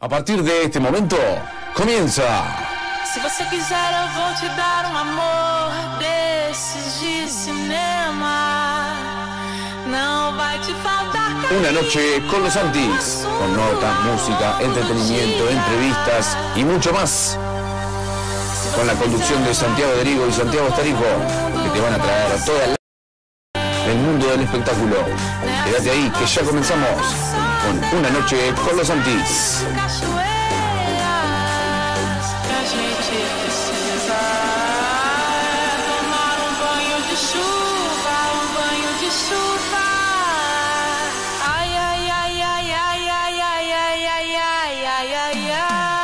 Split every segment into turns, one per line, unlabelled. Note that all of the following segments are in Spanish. A partir de este momento, comienza.
Se você quiser, eu vou te dar um amor desses de cinema. Não vai te faltar carinho,
Una noche con los Antis, con notas, música, entretenimiento, entrevistas y mucho más. Con la conducción de Santiago Derigo y Santiago Estarijo, que te van a traer a toda la... el mundo del espectáculo. Quédate ahí que ya comenzamos con Una noche con los Antis.
cachoeiras pra gente precisar. Tomar um banho de chuva, um banho de chuva. Ai, ai, ai, ai, ai, ai, ai, ai, ai, ai, ai, ai, ai.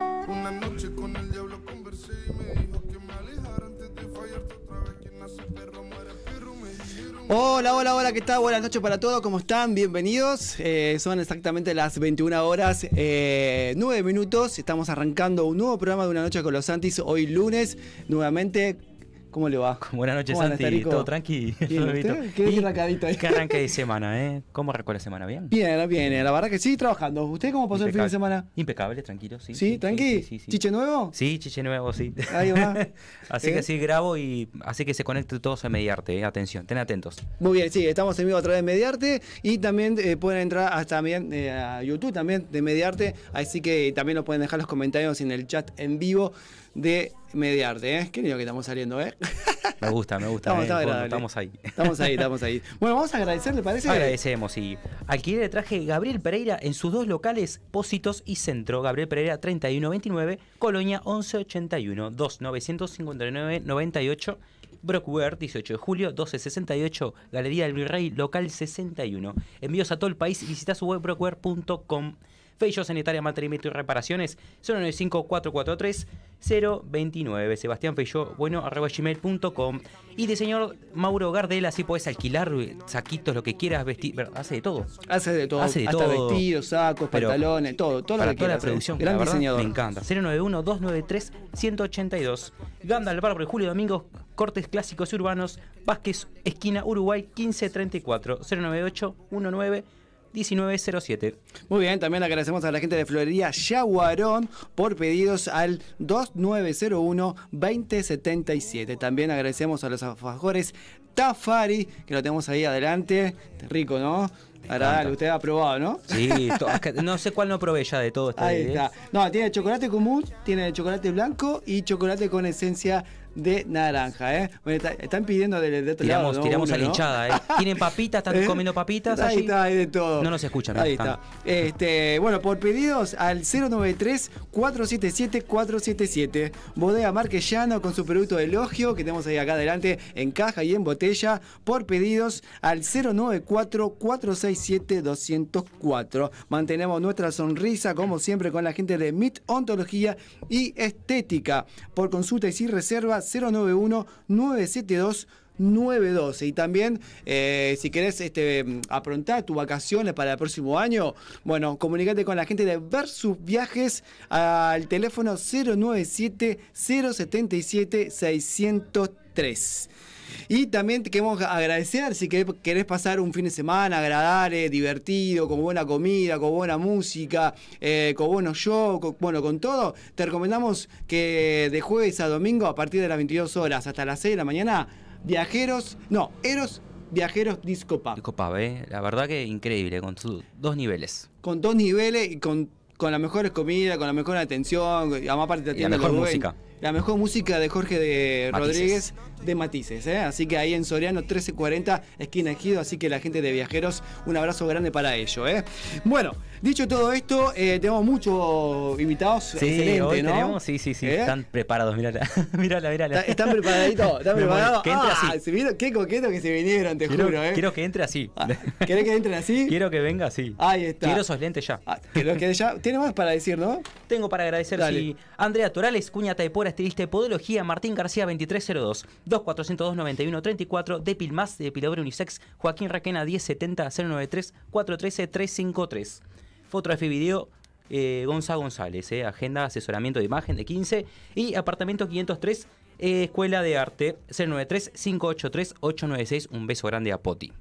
Una noche con el diablo conversé y me dijo que me alejara antes de fallarte otra vez. Quien hace perro muere perro, me dijeron.
Hola, hola, hola, ¿qué tal? Buenas noches para todos, ¿cómo están? Bienvenidos. Eh, son exactamente las 21 horas, eh, 9 minutos. Estamos arrancando un nuevo programa de Una Noche con los Santis, hoy lunes, nuevamente. ¿Cómo le va?
Buenas noches,
¿Cómo anda,
Santi.
Tarico?
¿Todo tranqui?
Bien,
Todo
¿usted?
bien.
Qué
Y
arrancadito ahí.
Qué arranque de semana, ¿eh? ¿Cómo arrancó la semana? ¿Bien?
Bien, bien, la verdad que sí, trabajando. ¿Usted cómo pasó el fin
Impecable.
de semana?
Impecable, tranquilo, sí.
¿Sí?
Sí,
¿Tranqui?
sí, sí.
¿Chiche nuevo?
Sí, chiche nuevo, sí.
Ahí va.
así
¿Eh?
que sí, grabo y así que se conecten todos a mediarte, ¿eh? Atención, ten atentos.
Muy bien, sí, estamos en vivo a través de Mediarte y también eh, pueden entrar hasta también eh, a YouTube también de Mediarte, así que también nos pueden dejar los comentarios en el chat en vivo de Mediarte, ¿eh? Qué lindo que estamos saliendo, ¿eh?
Me gusta, me gusta. ¿eh?
Estamos,
Bueno,
está agradable.
estamos ahí.
Estamos ahí, estamos ahí. Bueno, vamos a agradecer, ¿le parece?
Agradecemos y alquiler de traje Gabriel Pereira en sus dos locales, Pósitos y Centro. Gabriel Pereira 3129, Colonia 1181, 2959 98, Brockware 18 de julio 1268, Galería del Virrey, local 61. Envíos a todo el país y visita su web brockware.com. Feillo Sanitaria, Mantenimiento y Reparaciones, 095-443-029. Sebastián Feillo, bueno, arroba gmail.com. Y diseñador Mauro Gardela, si podés alquilar saquitos, lo que quieras, vestir, ver, hace de todo.
Hace de todo,
Hace de
hasta
todo.
vestidos, sacos,
Pero
pantalones, todo, todo lo
Para
que
toda la
quieras, ¿eh?
producción,
Gran
la verdad,
diseñador.
me encanta. 091-293-182. Gandalf Barber, Julio Domingo, Cortes Clásicos y Urbanos, Vázquez, esquina Uruguay, 1534, 098-19-1907.
Muy bien, también le agradecemos a la gente de Florería Yaguarón por pedidos al 2901-2077. También agradecemos a los alfajores Tafari, que lo tenemos ahí adelante. Rico, ¿no? Agradable, usted ha probado, ¿no?
Sí, to- acá- no sé cuál no probé ya de todo. este-
Ahí está. No, tiene chocolate común, tiene chocolate blanco y chocolate con esencia de naranja, ¿eh? Bueno, está- están pidiendo del, de otro
Tiramos,
lado, ¿no?
tiramos
Uno,
a la
¿no?
hinchada, ¿eh? Tienen papitas, están
¿Eh?
comiendo papitas.
Ahí
allí?
está, hay de todo.
No nos escuchan.
Ahí
están-
está. Este, bueno, por pedidos al 093-477-477. Bodega Marquellano con su producto de elogio que tenemos ahí acá adelante en caja y en botella. Por pedidos al 094-467-204. Mantenemos nuestra sonrisa como siempre con la gente de MIT Ontología y Estética. Por consultas y reserva 091 972 9-12. Y también, eh, si querés este, mm, aprontar tus vacaciones para el próximo año, bueno, comunícate con la gente de Versus Viajes al teléfono 097-077-603. Y también te queremos agradecer si querés, querés pasar un fin de semana agradable, divertido, con buena comida, con buena música, eh, con buenos shows, con- bueno, con todo. Te recomendamos que de jueves a domingo, a partir de las 22 horas hasta las 6 de la mañana, viajeros, no, Eros Viajeros Disco Pub.
Disco Pub, ¿eh? La verdad que increíble, con sus dos niveles.
Con dos niveles y con, con las mejores comidas, con la mejor atención, y además aparte te
Y la
atienden
mejor
los
música.
dueños. la mejor música de Jorge de
Matices.
Rodríguez de Matices. ¿eh? Así que ahí en Soriano 1340, esquina Ejido. Así que la gente de Viajeros, un abrazo grande para ello. ¿eh? Bueno, dicho todo esto, eh, tenemos muchos invitados.
Sí,
Excelente,
hoy
¿no?
tenemos, sí, sí, sí,
¿Eh?
están preparados, mírala, mírala, mírala.
¿Está- ¿Están preparaditos? ¿Están
Me muero,
preparados?
que entre
Ah,
así.
se vieron- qué coqueto que se vinieron, te
Quiero,
juro, ¿eh?
quiero que entre así.
Ah, ¿Querés que entren así?
quiero que venga así.
Ahí está.
Quiero esos lentes ya.
Ah, creo que ya tiene más para decir, ¿no?
Tengo para agradecer
Dale.
sí, Andrea Torales, Cuña Taipora, estilista de Podología, Martín García 2302, 2402 9134, Depil Más, Depilador Unisex, Joaquín Raquena 1070 093 413 353. Fotografía y video eh, Gonza González, eh, agenda asesoramiento de imagen de 15 y apartamento 503 eh, Escuela de Arte 093 583 896. Un beso grande a Poti.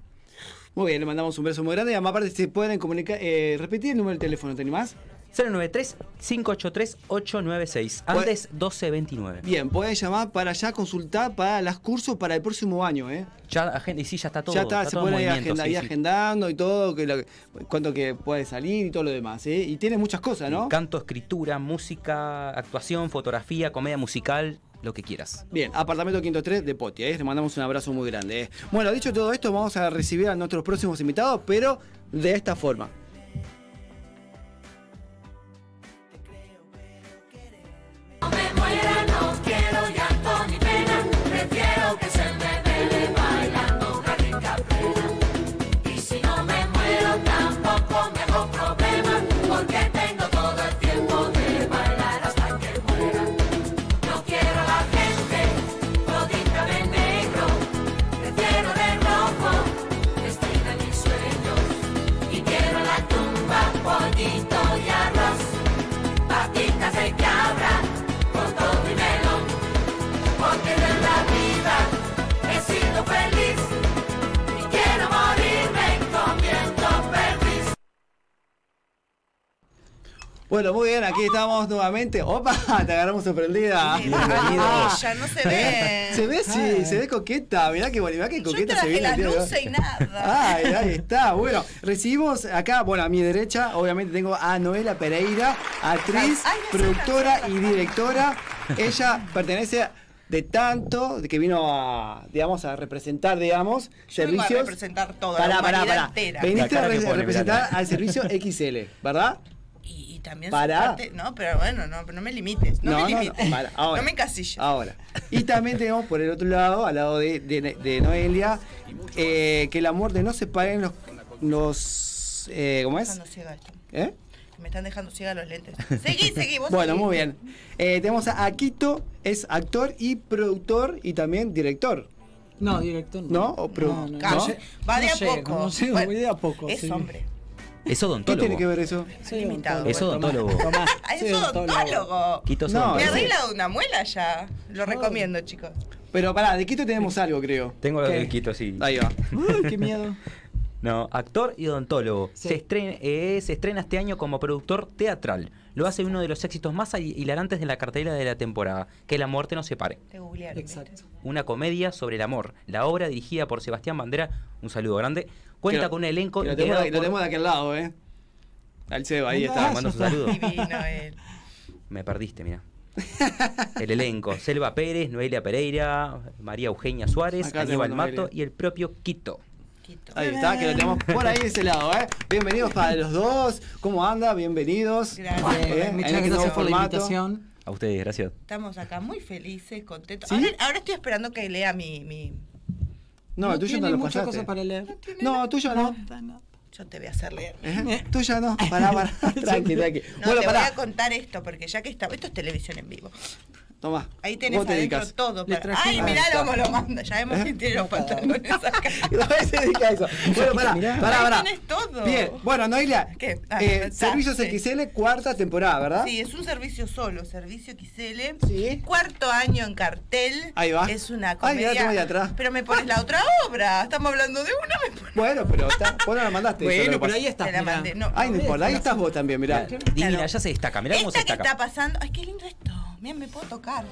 Muy bien, le mandamos un beso muy grande. Además, aparte, se pueden comunicar. eh, repetir el número del teléfono, ¿te animás?
093 583 896. Antes 1229.
Bien, pueden llamar para ya consultar para las cursos para el próximo año, ¿eh?
Ya, agenda, y sí, ya está todo.
ya está, se
todo en
pueden ir,
movimiento,
agenda-
sí,
ir
sí.
agendando y todo, que lo- cuánto que puede salir y todo lo demás, ¿eh? Y tiene muchas cosas, ¿no?
Canto, escritura, música, actuación, fotografía, comedia musical, lo que quieras.
Bien, apartamento 503 de Poti, ¿eh? le mandamos un abrazo muy grande. ¿eh? Bueno, dicho todo esto, vamos a recibir a nuestros próximos invitados, pero de esta forma.
No me muera, no quiero llanto ni pena, prefiero que se me vele bailando una rica plena. Y si no me muero tampoco me hago problema, porque tengo todo el tiempo de bailar hasta que muera. No quiero a la gente todita de negro, prefiero de rojo, vestida en mis sueños. Y quiero a la tumba, pollito y arroz. Patitas de cabra con todo mi melón, porque de la vida he sido feliz y quiero morirme comiendo perdiz.
Bueno, muy bien, aquí estamos nuevamente. ¡Opa! Te agarramos sorprendida.
Bienvenidos. Ya no se ve.
Se ve, sí, se ve coqueta. Mirá que, mirá que
Yo
coqueta se
traje
viene.
las
tío.
luces y nada.
Ay, ahí está. Bueno, recibimos acá, bueno, a mi derecha, obviamente tengo a Noela Pereira, actriz,
Ay, me
productora
sacan
y directora. Ella pertenece a- de tanto de que vino a, digamos, a representar, digamos,
Yo vengo a
servicios.
representar toda la
Pará, pará,
humanidad
pará.
entera.
Viniste
La
a
cara que
re-
pone,
representar
mirá.
al servicio XL, ¿verdad?
Y, y también
Pará.
su parte- No, pero bueno, no, no me limites. No, me limites. No,
para, ahora.
me encasilles.
Ahora. Y también tenemos por el otro lado, al lado de, de- de Noelia, eh, que la muerte no separe en los. los eh, ¿Cómo
Me
es?
están dejando ciega esto.
¿Eh?
Me están dejando ciega los lentes. Seguí, seguí. Vos
Bueno,
seguí.
muy bien. Eh, tenemos a Akito, es actor y productor y también director.
No, director no.
¿No? O pro- no.
Calle. Va de a
llego,
poco.
no llego,
Bueno,
voy de a poco,
Es
sí.
hombre.
Es
¿Qué
odontólogo.
tiene que ver eso?
Soy
Limitado.
Es odontólogo.
Tomás,
Es
soy
odontólogo.
Quito es
No,
Me
odontólogo.
ese-
arregla una muela ya. Lo recomiendo, chicos.
Pero pará, de Quito tenemos algo, creo.
Tengo lo
¿Qué?
de Quito, sí.
Ahí va.
Uy, qué miedo.
No, actor y odontólogo.
Sí.
Se, estrena, eh, se estrena este año como productor teatral. Lo hace uno de los éxitos más hi- hilarantes de la cartelera de la temporada, Que la muerte no separe.
Te googlearon. ¿viste?
Exacto.
Una comedia sobre el amor. La obra dirigida por Sebastián Bandera, un saludo grande, cuenta
Que lo-
con un elenco
que Lo tenemos,
integrado
de- lo
por-
tenemos de aquel lado, ¿eh? Al Seba, ahí
Ah,
está.
Te mando un
ya está.
saludo.
Divino él.
Me perdiste, mira. El elenco, Selva Pérez, Noelia Pereira, María Eugenia Suárez,
Acá te
Aníbal
mando,
Mato
Noelia.
y el propio Quito.
Quito.
Ahí está, que lo tenemos por ahí de ese lado, ¿eh? Bienvenidos para los dos. ¿Cómo anda? Bienvenidos.
Gracias.
Eh,
Bueno,
en
muchas
este nuevo
gracias por la
formato.
invitación.
A ustedes, gracias.
Estamos acá muy felices, contentos.
¿Sí?
Ahora, ahora estoy esperando que lea mi. mi...
No, el tuyo no
tiene
lo
muchas
pasaste.
cosas para leer.
No, tuyo no.
Nada, nada.
Yo te voy a hacer leer.
¿Eh? Tuyo no. Pará, pará. Tranqui, tranqui.
No,
bueno,
te voy
pará.
a contar esto, porque ya que está. Esto es televisión en vivo.
Tomá.
Ahí tenés
Vos te
adentro
dedicas.
todo.
Le
para-
traje-
Ay,
Ahí
mirá
está.
cómo lo manda. Ya vemos
¿Eh?
quién tiene los pantalones acá.
No se dedica a eso. Bueno, pará,
Mirá.
pará,
Ahí
pará.
tenés todo.
Bien, bueno, Noelia.
¿Qué? Ah,
eh,
está,
Servicios
sí.
XL, cuarta temporada, ¿verdad?
Sí, es un servicio solo, servicio XL.
Sí.
Cuarto año en cartel.
Ahí va.
Es una
Ay, mirá,
comedia.
tengo ahí atrás.
Pero me pones la otra obra. Estamos hablando de una. Me pones...
Bueno, pero está, vos no la mandaste. eso es lo
Bueno,
que
pero
pasa.
ahí está.
Te la
mirá.
mandé. No,
Ay, no importa, ahí estás vos también, mirá.
Divina,
Claro.
ya se destaca. Mirá cómo se
Esta que
destaca.
está pasando. Ay, qué lindo esto. Miren, me puedo tocar.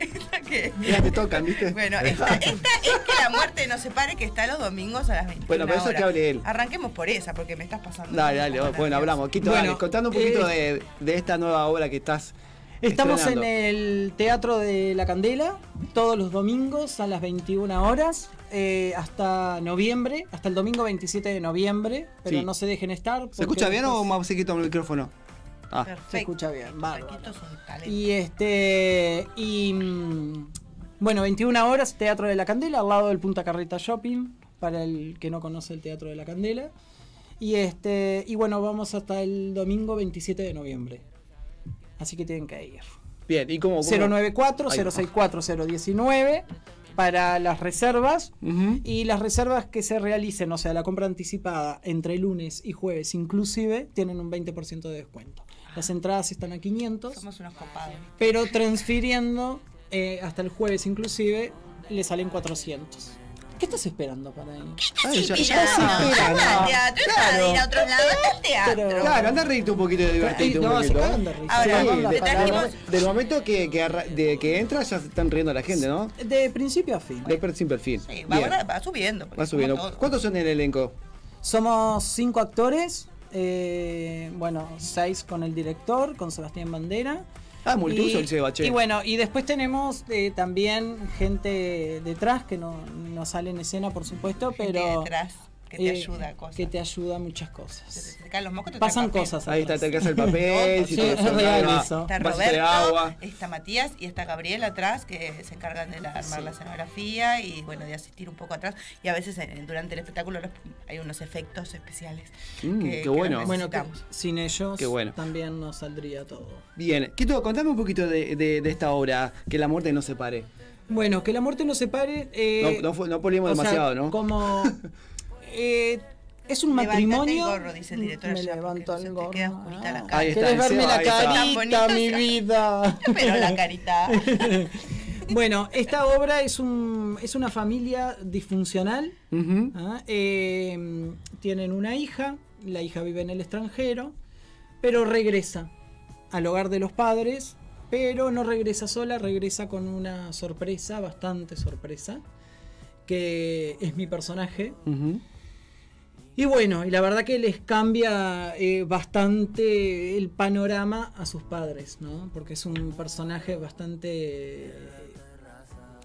esta que.
Ya te tocan, ¿viste?
Bueno, esta, esta es que la muerte no se pare, que está los domingos a las 21
Bueno, pero eso
horas.
que hable él.
Arranquemos por esa, porque me estás pasando.
Dale, dale, bueno, hablamos. Quito,
Bueno,
dale, contando un poquito de, de esta nueva obra que estás
Estamos en
Estrenando.
el Teatro de la Candela todos los domingos a las 21 horas eh, hasta noviembre, hasta el domingo 27 de noviembre, pero
Sí.
no se dejen estar.
¿Se
porque
escucha bien o
después-
más sequito el micrófono? Ah,
Se escucha bien, bárbaro.
Marquitos son talentos.
Y este. Y. mm, Bueno, 21 horas, Teatro de la Candela, al lado del Punta Carreta Shopping, para el que no conoce el Teatro de la Candela. Y este. Y bueno, vamos hasta el domingo 27 de noviembre. Así que tienen que ir.
bien. ¿Y cómo? cómo?
094-064-019 para las reservas.
Ujú.
Y las reservas que se realicen, o sea, la compra anticipada entre lunes y jueves inclusive, tienen un 20% de descuento. Las entradas están a 500
Somos unos copados.
pero transfiriendo eh, hasta el jueves inclusive le salen 400. ¿Qué estás esperando para ir?
Ay, ya-
Mira, anda al teatro, anda a ir a otros lados, anda al teatro.
Pero-
Claro, anda a reírte un poquito y divertirte
No,
un
se
poquito.
cagan de risa.
Ahora,
Sí,
vamos,
de-
te trajimos-
del momento que, que, arra- de que entras ya se están riendo la gente, ¿no?
De principio a fin.
De Expert sin perfil.
Sí, va,
Bien,
ahora va subiendo. porque
va subiendo.
somos todos.
¿Cuántos son en el elenco?
Somos cinco actores, eh, bueno, seis con el director, con Sebastián Bandera.
Ah, multiuso
Y-
el Seba, che.
Y bueno, y después tenemos eh, también gente detrás que no, no sale en escena, por supuesto,
Gente
pero...
detrás que te
eh,
ayuda a cosas.
Que te ayuda a muchas
Se te
cosas.
acercan los mocos, te
Pasan
tapan.
cosas.
Ahí está, te alcanza el papel, si
Sí,
te
es
sobraba,
real eso.
Está
vasito de
Roberto,
agua.
está Matías y está Gabriel atrás, que se encargan de la- armar la escenografía y bueno, de asistir un poco atrás. Y a veces en- durante el espectáculo los- hay unos efectos especiales.
Mm, qué
que, que los
bueno.
Bueno, que
necesitamos.
sin ellos
Qué bueno.
también no saldría todo.
Bien. Quito, contame un poquito de, de- de esta obra, que la muerte no se pare.
Bueno, que la muerte nos separe. eh,
No, no, fu- no polimos
o sea,
demasiado, ¿no?
Como. eh, es un
Levántate el
matrimonio.
gorro, dice el director
Me
allá,
levanto
porque
el
se te
gorro.
queda oscurita la
Ah,
cara.
Ahí está,
¿Querés
el
verme
Seba,
la
ahí está.
carita,
Tan bonito,
mi
ya.
vida?
Pero la carita.
bueno, esta obra es, un, es una familia disfuncional.
Ujú.
Ah, eh, tienen una hija, la hija vive en el extranjero, pero regresa al hogar de los padres, pero no regresa sola, regresa con una sorpresa, bastante sorpresa, que es mi personaje.
Ujú.
Y bueno, y la verdad que les cambia eh, bastante el panorama a sus padres, ¿no? Porque es un personaje bastante... eh,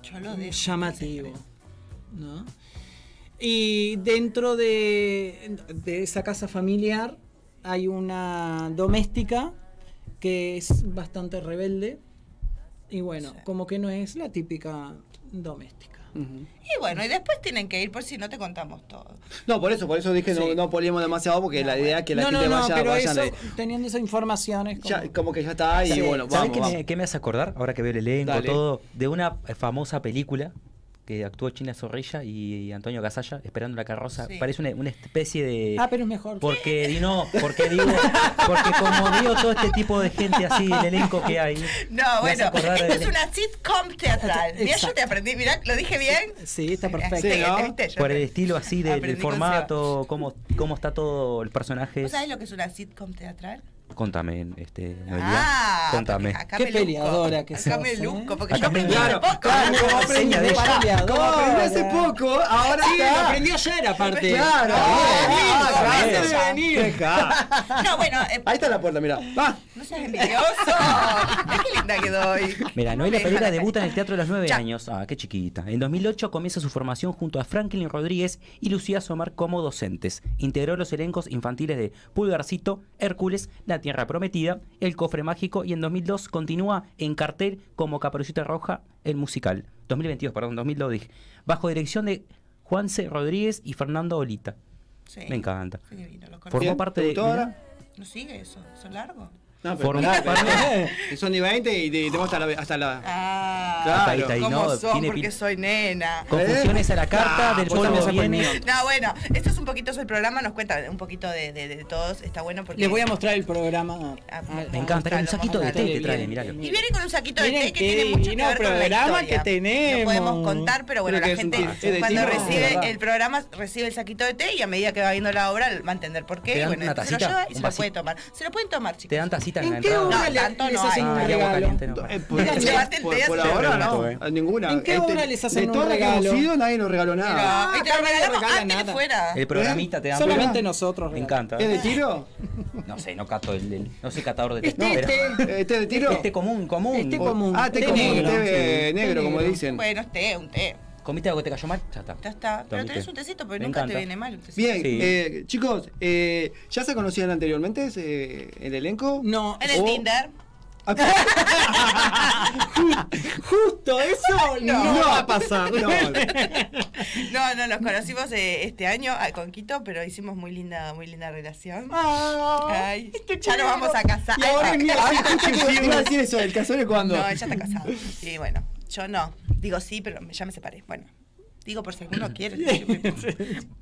Yo lo dejo.
llamativo. ¿no? Y dentro de, de esa casa familiar hay una doméstica que es bastante rebelde. Y bueno, como que no es la típica doméstica.
Y bueno, y después tienen que ir por si no te contamos todo.
No, por eso, por eso dije no,
Sí.
no polimos demasiado, porque la idea es que la
no,
gente
no, no,
vaya,
pero
vayan
eso,
ahí.
teniendo esa información es como...
Ya, como que ya está y
Sí.
bueno,
¿Sabés
vamos,
qué
vamos.
me, qué me hace acordar? Ahora que veo el elenco,
Dale.
todo, de una eh, famosa película que actuó China Zorrilla y, Antonio Gasalla, esperando la carroza.
Sí.
Parece una, una especie de.
Ah, pero es mejor.
Porque di- no, porque digo, porque como digo todo este tipo de gente así, el elenco que hay.
No,
me hace
bueno,
acordar
esto es
del-
una sitcom teatral. Mira, yo te
Exacto.
aprendí, mirá, lo dije bien.
Sí, está perfecto.
Sí, ¿no?
¿viste? Yo
Por el
te-
estilo así del- del
aprendí con
formato, cómo, cómo está todo el personaje.
¿Vos sabés lo que es una sitcom teatral?
Contame, este, Noelia,
Ah,
contame.
porque acá
Qué
me luzco.
peleadora que
acá
sos,
me
¿eh?
luzco, porque
Acá
yo
me-
aprendí hace
Claro,
poco.
claro, como
Una
aprendí,
seña de
pará,
peleadora.
como aprendí hace poco, ahora
Sí, lo
está.
aprendió ayer aparte.
Claro,
Ah,
ah,
amigo,
acabas
ves,
de
ya.
venir. Dejá.
No, bueno, eh,
Ahí está la puerta, mira. Va.
no seas envidioso. Mirá qué linda que doy.
Mira, Noelia
Deja
Pereira
la
debuta en el
calle.
teatro a los 9
Ya.
años. Ah, qué chiquita. En 2008 comienza su formación junto a Franklin Rodríguez y Lucía Somar como docentes. Integró los elencos infantiles de Pulgarcito, Hércules, La Tierra Prometida, El Cofre Mágico y en 2002 continúa en cartel como Caperucita Roja, el musical. 2022, perdón, 2002 dije. Bajo dirección de Juanse Rodríguez y Fernando Olita.
Sí.
Me encanta.
Sí, divino, lo
Formó
conozco.
Bien,
parte
¿te
de-
gustó ahora?
No sigue eso, son largos.
No,
Formó
pará,
parte-
que Son ni 20 y te- y tenemos hasta la. Hasta la...
Ah,
Claro.
Hasta ahí, está ahí,
¿Cómo
¿no?
son?
Tiene
porque
pin-
soy nena.
Con
¿Eh?
funciones a la carta,
Ah,
del
vos también
polvo
sos
viene.
conmigo.
No, bueno, esto es un poquito sobre el programa, nos cuenta un poquito de, de- de todos, está bueno porque...
Les voy a mostrar el programa.
Ah,
Me encanta, que un saquito de té te trae, miralo.
Y viene con un saquito de
Miren
té que
qué
tiene mucho que
divino
ver con la
programa
historia.
que tenemos.
No podemos contar, pero bueno,
Creo que
la
es un
gente
té- es de
cuando
té,
recibe
¿verdad?
el programa recibe el saquito de té y a medida que va viendo la obra va a entender por
¿Te
qué.
dan
Bueno,
una
entonces se lo
tacita?
lleva y
¿Un
se lo
vasito?
puede tomar. Se lo pueden tomar, chicos.
Te dan tacita invitan
¿En
a
qué
entrar?
obra
No,
le-
tanto no
les
hay.
hacen un
Ah, y agua
regalo?
caliente no.
Eh, por,
Mira, llevate el
por-
test.
por ahora no,
Relato,
a ninguna.
¿En qué obra les hacen
de
un
todas las que
regalo?
hemos ido, nadie nos regaló nada.
No, y te
Ah,
lo
acá no le
regalamos
regala
antes
nada.
que fuera.
El programita te da
Solamente nosotros.
Me
regalamos.
encanta.
¿Es de tiro?
No sé, no cato el, el- no soy catador de té.
Este,
pero-
este.
Eh, ¿Té de tiro?
Este común, común.
Este
Vos
común.
Ah, té
Té
común,
negro,
té eh,
sí, té
negro, como
negro.
dicen.
Bueno, es té, un té.
Comiste algo que te cayó mal, ya está.
Ya está. Pero
Tomate.
tenés un tecito, pero
Me
nunca te
encanta.
viene mal un tecito.
Bien,
Sí.
eh, chicos, eh, ¿ya se conocían anteriormente eh, el elenco?
No,
En el
Oh.
Tinder.
Ah,
justo eso no,
No.
va a pasar.
no,
No, no, nos conocimos eh, este año ah, con Quito, pero hicimos muy linda, muy linda relación. Ay, ya nos vamos a casar.
Y ahora
Ay,
es mi
Ah, escuche, que iba a decir eso, el cazador cuando.
No, ella está casada. Y bueno, yo no. Digo sí, pero me- ya me separé. Bueno. Digo por si alguno quiere. Yo,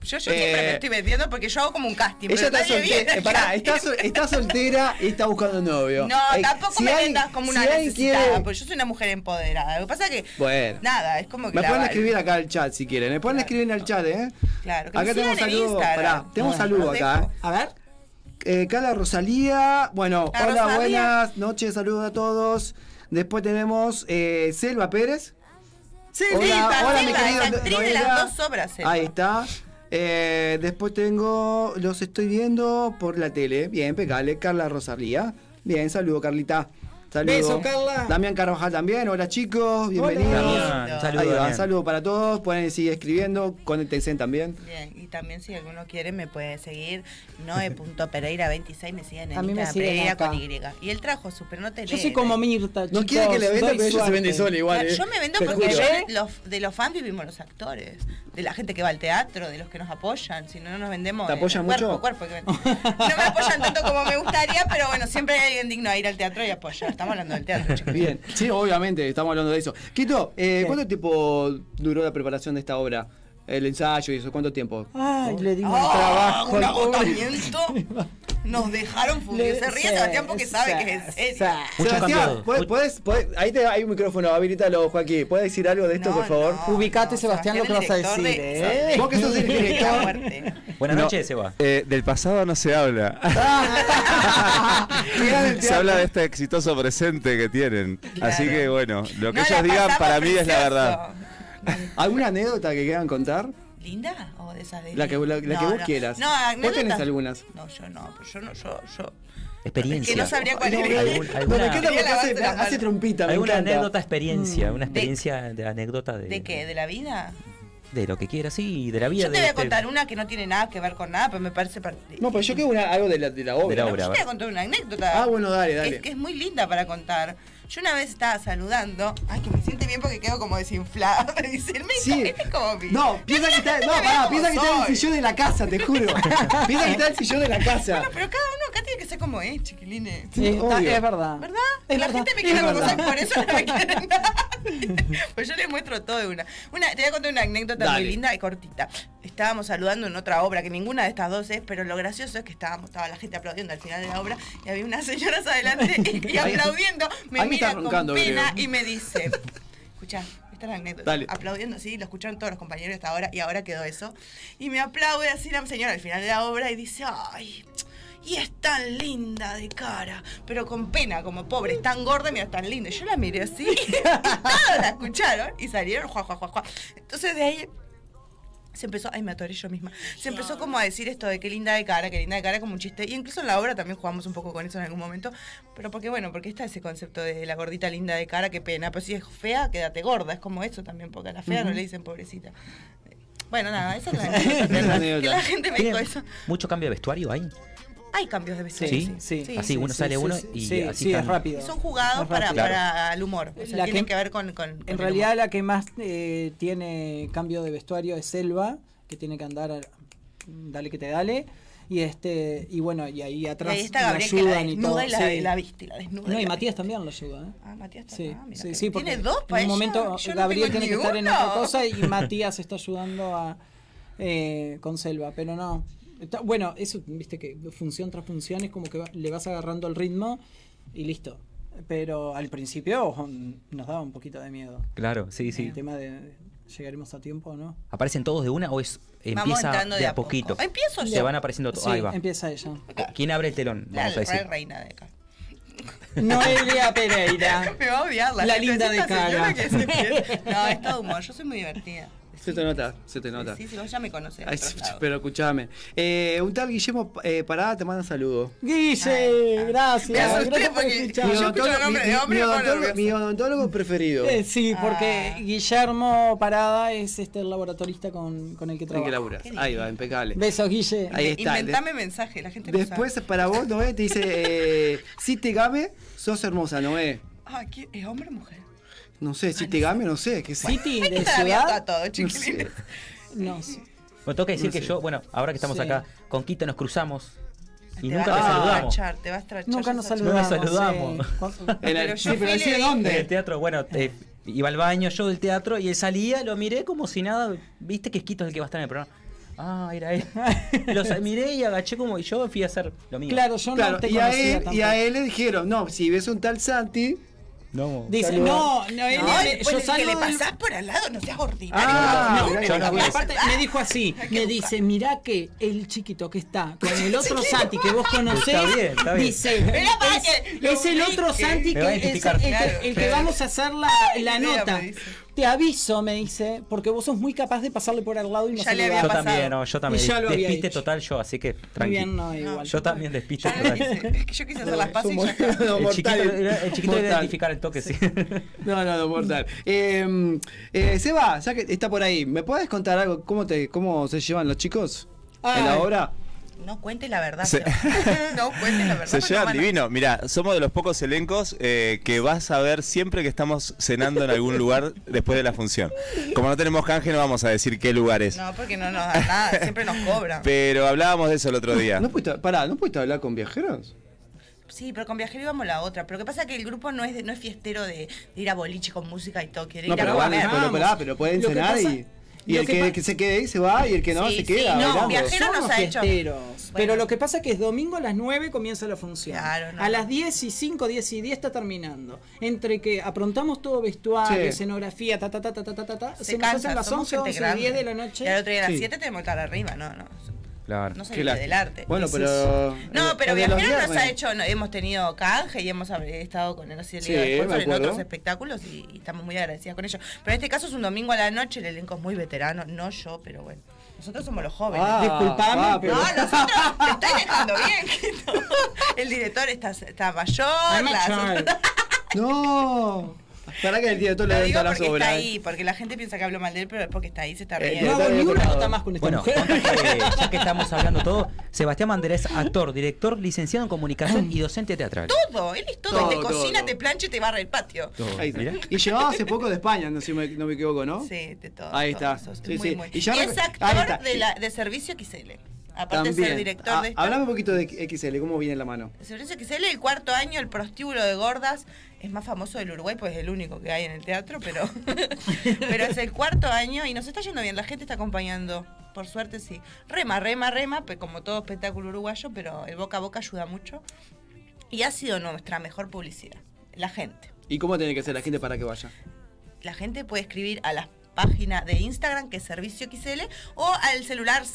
yo siempre
Eh,
me estoy vendiendo porque yo hago como un casting.
Ella
pero
está
nadie viene
soltera, Eh,
acá.
pará, está, sol- está soltera y está buscando novio.
No,
Eh,
tampoco
si
me
alguien-
vendas como
si
una
alguien
necesitada,
quiere-
porque yo soy una mujer empoderada. Lo que pasa que,
Bueno.
nada, es como que
Me
la
pueden
val-
escribir acá al chat si quieren. Me pueden
Claro.
escribir en el chat, ¿eh?
Claro, que me
Acá
sigan
tenemos
en
saludos.
Instagram.
Pará, tenemos
Ah,
saludos
los
acá.
dejo.
¿eh? A ver. Eh, Carla Rosalía. Bueno,
La
hola,
Rosalía.
buenas noches, saludos a todos. Después tenemos eh, Selva Pérez.
Sí,
Hola,
Silva,
hola, mi
Silva,
querido
es la actriz de
Noelia.
las dos obras. Silva.
Ahí está. Eh, después tengo, los estoy viendo por la tele. Bien, pegale. Carla Rosalía. Bien, saludo, Carlita. Saludo.
Beso, Carla.
Damián Carvajal también. Hola, chicos. Bienvenidos.
Damián,
Ahí
saludos,
Ahí va,
Damián.
saludo para todos. Pueden seguir escribiendo. Conéctense también.
Bien, y también si alguno quiere me puede seguir noe.pereira26, me siguen en
A mí me
Instagram,
siguen
Pereira
acá.
con Y. Y él trajo su, pero no te
Yo
lee,
soy como
¿eh?
Mirta,
No
chicos.
quiere que le venda,
doy
pero ella se
suerte.
vende sola igual.
Claro,
eh.
yo me vendo
Te
porque
juro.
yo los- de los fans vivimos los actores, de la gente que va al teatro, de los que nos apoyan, si no, no nos vendemos.
¿Te
eh,
apoyan
cuerpo,
mucho?
Cuerpo, que- no me apoyan tanto como me gustaría, pero bueno, siempre hay alguien digno a ir al teatro y apoyar. Estamos hablando del teatro, chicos.
Bien, sí, obviamente, estamos hablando de eso. Quito, eh, ¿cuánto tiempo duró la preparación de esta obra? El ensayo y eso, ¿cuánto tiempo?
Ay, le digo
¡Ah!
el trabajo.
Un
al pobre.
agotamiento. Nos dejaron
Le-
fugir. Se ríe
sí,
Sebastián porque sabe que es en
sí,
serio.
sí.
Mucho
Sebastián,
cambiado.
¿puedes, puedes- puedes- ahí te, hay un micrófono, habilítalo, Joaquín. ¿Puedes decir algo de esto,
No,
por favor?
no,
Ubicate,
no,
Sebastián, lo que vas a
el director
decir,
de-
¿eh?
Vos que sos el director.
La muerte.
Buenas noches, Seba.
Eh, del pasado no se habla.
Mirá del
se
teatro.
habla de este exitoso presente que tienen.
Claro.
Así que bueno, lo que
No, la
ellos digan
pasamos
para mí es la
precioso.
verdad.
¿Alguna anécdota que quieran contar?
¿Linda? ¿O de esas de.?
La que- la- la que vos quieras.
No,
Vos
anécdotas-
tenés algunas.
No, yo no, pero yo no, yo, yo. Es
Experiencia.
que no sabría cuál
No,
era.
algún-
no,
alguna-
me encanta porque
Tenía la
hace,
base de la
hace
mano.
trompita, me
Alguna
encanta.
anécdota experiencia, una experiencia de, anécdota de,
¿De qué? ¿De la vida?
de lo que quieras, sí, de la vida
Yo te
de
voy a
este-
contar una que no tiene nada que ver con nada, pero me parece. par-
No, pero yo quiero una- algo de la, de la obra.
De la obra.
Yo te voy a contar una anécdota.
Ah, bueno, dale, dale.
Es que es muy linda para contar. Yo una vez estaba saludando. Ay, que me siente bien porque quedo como desinflada. Me dice el médico.
Sí.
este es como mi- Este
No, piensa que está, no, pará, piensa que está en el
Soy.
sillón de la casa, te juro. Piensa que está en el sillón de la casa.
Bueno, pero cada uno acá tiene que ser como es, chiquilines.
Sí, está-
Obvio.
es verdad.
¿Verdad?
Es
la
verdad,
gente me
es
quiere como
verdad.
soy, por eso no me quieren Pues yo les muestro todo de una. una. Te voy a contar una anécdota
Dale.
muy linda y cortita. Estábamos saludando en otra obra, que ninguna de estas dos es, pero lo gracioso es que estábamos, estaba la gente aplaudiendo al final de la obra y había unas señoras adelante y, y
Ahí-
aplaudiendo. Me
ahí está
mira
roncando,
con pena
creo.
y me dice. Escuchá, esta es la anécdota.
Dale.
Aplaudiendo así, lo escucharon todos los compañeros hasta ahora y ahora quedó eso. Y me aplaude así la señora al final de la obra y dice, ay, y es tan linda de cara, pero con pena, como pobre, es tan gorda, mira, es tan linda. Y Yo la miré así, y todos la escucharon y salieron, juá, juá, juá, juá. Entonces de ahí se empezó, ay, me atoré yo misma. Se empezó como a decir esto de qué linda de cara, qué linda de cara, como un chiste. Y incluso en la obra también jugamos un poco con eso en algún momento. Pero porque, bueno, porque está ese concepto de la gordita linda de cara, qué pena. Pero si es fea, quédate gorda. Es como eso también, porque a la fea no le dicen pobrecita. Bueno, nada, esa es la anécdota. que la gente me dijo
¿Tiene
eso.
mucho cambio de vestuario ahí.
Hay cambios de vestuario.
Sí,
sí,
Así uno sale uno y
sí,
así
sí, es
están-
rápido.
Y son jugados
Es
para,
rápido.
para el humor. O sea,
La
tienen
que-
que, ver con. con- con el
En realidad
humor.
la que más eh, tiene cambio de vestuario es Selva, que tiene que andar a- dale que te dale. Y este y bueno, y ahí
Y
atrás
ahí está
la
Gabriel que la
ayudan y todo,
desnuda y la,
sí.
la viste, y la desnuda.
No, y
la
Matías
viste.
también lo ayuda, ¿eh.
este- Ah, Matías está.
Sí,
ah, mira
sí,
que-
sí, porque
Tiene dos
en
para
un momento
ella? Yo no
Gabriel
tengo
tiene que
ni
estar en
uno.
otra cosa y Matías está ayudando a eh, con Selva, pero no. Está- bueno, eso, viste que función tras función es como que va- le vas agarrando el ritmo y listo. Pero al principio ojo, nos daba un poquito de miedo.
Claro, sí, sí.
El tema de llegaremos a tiempo o no.
¿Aparecen todos de una o es
Vamos
empieza
entrando
de a poquito?
Empiezo yo.
Se van apareciendo todos.
Sí,
ahí va.
empieza ella.
¿Quién abre el telón?
La
Vamos a decir.
real reina de acá.
Noelia Pereira.
Me va a odiar la,
La
gente,
linda
es esta
de cara.
señora que se pierde. No, es todo humor. Yo soy muy divertida.
Se te nota, se te nota.
Sí, sí, vos ya me conocés. de
Ay, sí,
otros lados.
pero escúchame. Eh, un tal Guillermo eh, Parada te manda saludos.
Guille, gracias.
Me asusté
gracias por
porque-
escuchar.
yo escucho el nombre
mi,
de hombre,
mi
me pongo
odontólogo,
nerviosa.
mi odontólogo preferido.
Eh, sí, porque
Ah.
Guillermo Parada es este el laboratorista con, con el que
Hay que
trabajo.
laburas.
Qué lindo.
Ahí va, impecable.
Besos, Guille.
Ahí está.
Inventame mensaje, la gente
Después
no sabe.
para vos, Noé, te dice, eh, si te game, sos hermosa, Noé.
Ah, ¿quién- ¿Es hombre o mujer?
No sé, si te game, no sé, qué sé.
City
Hay que
de
estar abierto a
ciudad.
todo, chiquilines.
No sé.
Bueno, tengo que decir
No
que
sé.
yo, bueno, ahora que estamos
Sí.
acá con Quita nos cruzamos y
Te Ah,
nunca
vas
nos
a
saludamos.
estrachar, te vas a estrachar,
Nunca
ya
nos
sabes.
saludamos.
No nos saludamos.
eh. Cosa-
En
Pero yo
sí, pero
fui
decía
leída.
En el
dónde.
teatro, bueno, eh, iba al baño yo del teatro y él salía, lo miré como si nada, viste que Quito es el que va a estar en el programa. Ah, era él. Lo sa- miré y agaché como y yo fui a hacer lo mío.
Claro, yo
Claro,
no te
y a,
conocía
él,
tampoco.
y a él le dijeron, no, si ves un tal Santi,
No.
Dice,
Saluda.
no, Noelia,
No,
me-
después
yo
le- que
salgo
le
del-
pasás por al lado, no seas ordinario.
Ah,
No,
mirá que
yo
no
no, y
puede
aparte me dijo así, me dice, mirá que el chiquito que está con el otro Santi que vos conocés,
Está bien, está bien.
dice,
Mirá para que
es,
lo
es el
ubique.
otro Santi
Me
que
va a
es el,
identificar.
el que- el que
Claro.
vamos a hacer la, la
idea,
nota.
me dice.
Te aviso, me dice, porque vos sos muy capaz de pasarle por al lado y no
Ya le había
Yo
saludar.
pasado.
también, no, yo también.
Y ya lo había
Despiste
hecho.
total yo, así que
Muy
tranquilo.
bien, no, igual.
Yo también despiste
Ya lo
total.
hice. Es que yo quise hacer las pases y ya
Somos-
está.
no,
El chiquito,
mortal.
el chiquito debe
Mortal.
identificar el toque, sí.
No, no, no, mortal. Eh, eh, Seba, ya que está por ahí, ¿me puedes contar algo? ¿Cómo, te, cómo se llevan los chicos en la
Ay.
obra?
No cuentes la verdad.
Se-
Seba. no cuentes la verdad.
Se
porque no
llevan
van a-
divino. Mira, somos de los pocos elencos eh, que vas a ver siempre que estamos cenando en algún lugar después de la función. Como no tenemos canje, no vamos a decir qué lugar es.
No, porque no nos dan nada, siempre nos cobran.
Pero hablábamos de eso el otro día.
¿No pudiste, pará, ¿no pudiste hablar con viajeros?
Sí, pero con viajero íbamos la otra. Pero lo que pasa es que el grupo no es, de- no es fiestero de, de ir a boliche con música y todo. Quiere
No,
ir a
pero, van,
comer.
vamos.
pero, pará, pero pueden
Lo que
cenar
pasa-
y, y
lo
el
que
que,
pa-
que se quede ahí se va y el que no
Sí,
se
sí,
queda.
no,
bailando.
viaje- Pero
Son
nos
los
ha hecho.
fiesteros.
Bueno.
Pero lo que pasa es que es domingo a las 9 comienza la función.
Claro, no.
A las 10 y 5, 10 y 10 está terminando. Entre que aprontamos todo vestuario,
Sí.
escenografía, ta, ta, ta, ta, ta, ta, ta, ta, se,
se
nos
cansa,
hacen las
somos
11,
gente
11,
grande.
10 de
Y
la
al
noche.
otro día a las
Sí.
7 tenemos que estar arriba, no, no.
Claro.
No se
Qué
vive
lástima.
del arte.
Bueno,
Ese
pero.
No, pero
lo de Ah, eh,
viajero
los
nos ha
viernes.
hecho, no, hemos tenido canje y hemos hab- estado con el así
Sí,
de
me
en
acuerdo.
otros espectáculos y, y estamos muy agradecidas con ellos. Pero en este caso es un domingo a la noche, el elenco es muy veterano, no yo, pero bueno. Nosotros somos los jóvenes.
Ah,
Disculpame,
ah,
pero-
No, nosotros te estoy dejando bien, Quito. El director está, está mayor.
I'm a
las-
child.
No. Pará que el director le
Lo
den
digo
todas las
porque está
obras. eh.
ahí, porque la gente piensa que hablo mal de él, pero es porque está ahí, se está
Eh,
riendo.
No hago
Dale,
ni una
por favor.
nota más con esta
Bueno,
mujer.
conta que, ya que estamos hablando todo, Sebastián Bandera es actor, director, licenciado en comunicación y docente teatral.
Todo, él es todo,
Todo,
te cocina,
todo.
te plancha y te barra el patio.
Ahí está.
Mirá.
Y llevaba hace poco de España, no, si me, no me equivoco, ¿no?
Sí, de todo.
Ahí
todo,
está.
sos
Sí,
muy,
sí.
muy-
Y
Y,
ya
es
recu- ahí
actor
está.
de, la, de servicio XL. Aparte de ser director
Ah,
de esta-
hablame un poquito de XL, ¿cómo viene la mano?
de servicio XL, el cuarto año, el prostíbulo de gordas. Es más famoso del Uruguay, pues es el único que hay en el teatro, pero, pero es el cuarto año y nos está yendo bien. La gente está acompañando, por suerte sí. Rema, rema, rema, pe- como todo espectáculo uruguayo, pero el boca a boca ayuda mucho. Y ha sido nuestra mejor publicidad, la gente.
¿Y cómo tiene que hacer la gente para que vaya?
la gente puede escribir a la página de Instagram que es Servicio XL o al celular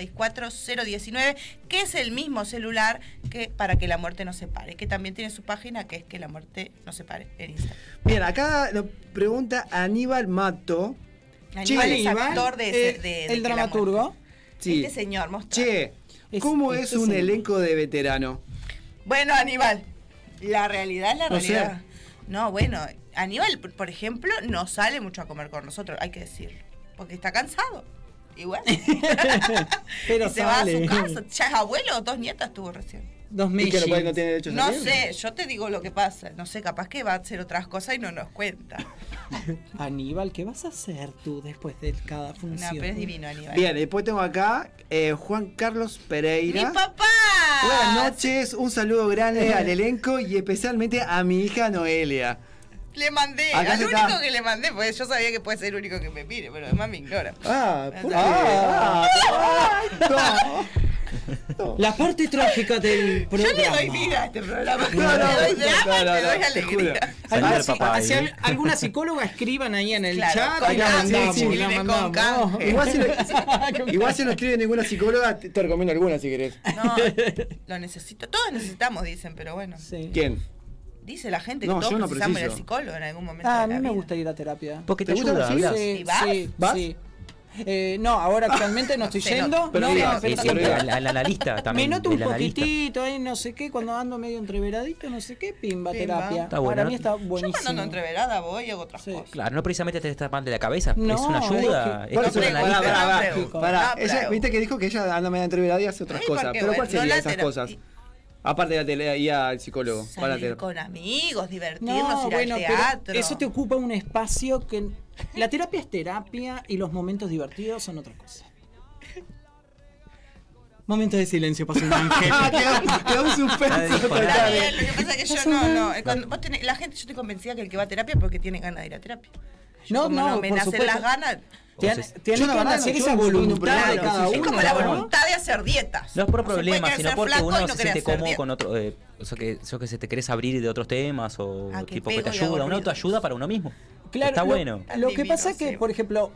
094064019 que es el mismo celular que para que la muerte no se pare que también tiene su página que es que la muerte no se pare en Instagram
Bien, acá nos pregunta Aníbal Mato. Che,
Aníbal es
Aníbal,
actor de, de-
eh,
de- de
el
Que la
dramaturgo.
Muerte.
Sí.
este señor mostra
Che,
Es-
¿cómo
este
es un
señor.
elenco de veterano?
bueno Aníbal la realidad es la
O sea-
realidad no bueno Aníbal por por ejemplo no sale mucho a comer con nosotros hay que decirlo porque está cansado igual
Pero
y se va a
sale.
su casa. Ya es abuelo, dos nietas tuvo recién.
Dos
¿Y que no,
mellizos.
puede- no tiene derecho a
No
salir?
sé, yo te digo lo que pasa. No sé, capaz que va a hacer otras cosas y no nos cuenta.
Aníbal, ¿qué vas a hacer tú después de cada
No,
función?
pero es divino, Aníbal.
Bien, después tengo acá eh, Juan Carlos
¡Mi
Pereira.
papá!
Buenas noches, un saludo grande al elenco y especialmente a mi hija Noelia.
Le mandé,
Acá
al
se
único
está.
que le mandé, porque yo sabía que puede ser el único que me mire, pero además me ignora.
Ah,
¿por qué?
Ah, ah, no.
La parte trágica del
Yo
programa.
le doy vida a este programa.
No, no,
le doy
no,
drama y
no,
le
no,
doy
te
alegría.
juro.
Alguna,
Salió el
si-
papá ahí.
si al- alguna psicóloga escriban ahí en el
Claro,
chat.
con
y la
canje,
mandamos,
sí,
la
viene con
mandamos.
canje.
Igual si, no, igual si no escribe ninguna psicóloga, te, te recomiendo alguna si querés.
No, lo necesito. Todos necesitamos, dicen, pero bueno.
Sí.
¿Quién?
Dice la gente que
No, yo
todos
no
precisamos ir
preciso.
al psicólogo en algún momento.
Ah, a
de la
mí me
vida.
gusta ir a terapia.
Porque te,
¿Te gusta
ayuda,
decir?
hablas.
Sí,
¿Y vas?
sí,
¿Vas?
sí. Eh, no, ahora actualmente no estoy
Se
yendo.
nota.
Pero
no,
ibas,
me
Sí,
pesa-
sí,
Pero
la, la- la analista
me
también.
noto un
del analista.
poquitito ahí, no sé qué, cuando ando medio entreveradito, no sé qué,
Pimba.
pimba, terapia.
Está bueno,
Para
¿no?
mí
Yo
está buenísimo.
cuando ando entreverada voy y hago otras
Sí.
cosas.
Claro, no precisamente te estás mal de la cabeza,
No,
es una ayuda.
es
Es,
Por
tipo
eso,
una
pará,
analista.
pará, pará.
pregunto,
Pará,
no
ella,
pregunto.
viste que dijo que ella anda media entreverada y hace otras
Ay,
cosas.
porque,
Pero ¿cuál
bueno,
serían
no la
esas
tera-
cosas?
y-
Aparte de la tele y al psicólogo. para la
Salir
tele.
con amigos, divertirnos,
No,
ir
bueno,
al
pero
teatro.
eso te ocupa un espacio que... La terapia es terapia y los momentos divertidos son otra cosa. Momentos de silencio para un ángel.
Ah, te da- te da un suspenso
Está
total.
bien, Lo que pasa es que yo no, no. eh, cuando vos tenés- la gente, yo estoy convencida que el que va a terapia es porque tiene ganas de ir a terapia. Yo
No,
como
no,
me
por
nacen
supuesto.
las ganas.
Tiene
Entonces,
tiene
yo
que
la verdad
hacer
no, yo
esa
no soy un
voluntad de
problema,
cada
sí, sí,
Es
uno.
como la
¿no?
voluntad de hacer dietas.
No es por
se puede
problema,
querer
sino
ser
porque
flaco y
uno
no
se
querer
siente
hacer
cómodo
dieta.
con otro. eh, o sea, que, eso que se te querés abrir de otros temas o
Ah, que
tipo que te
pego y hago
ayuda. Una
ruido.
autoayuda para uno mismo.
Claro,
Está
lo-
bueno.
Lo, que
Divino,
pasa es que,
sí.
por ejemplo,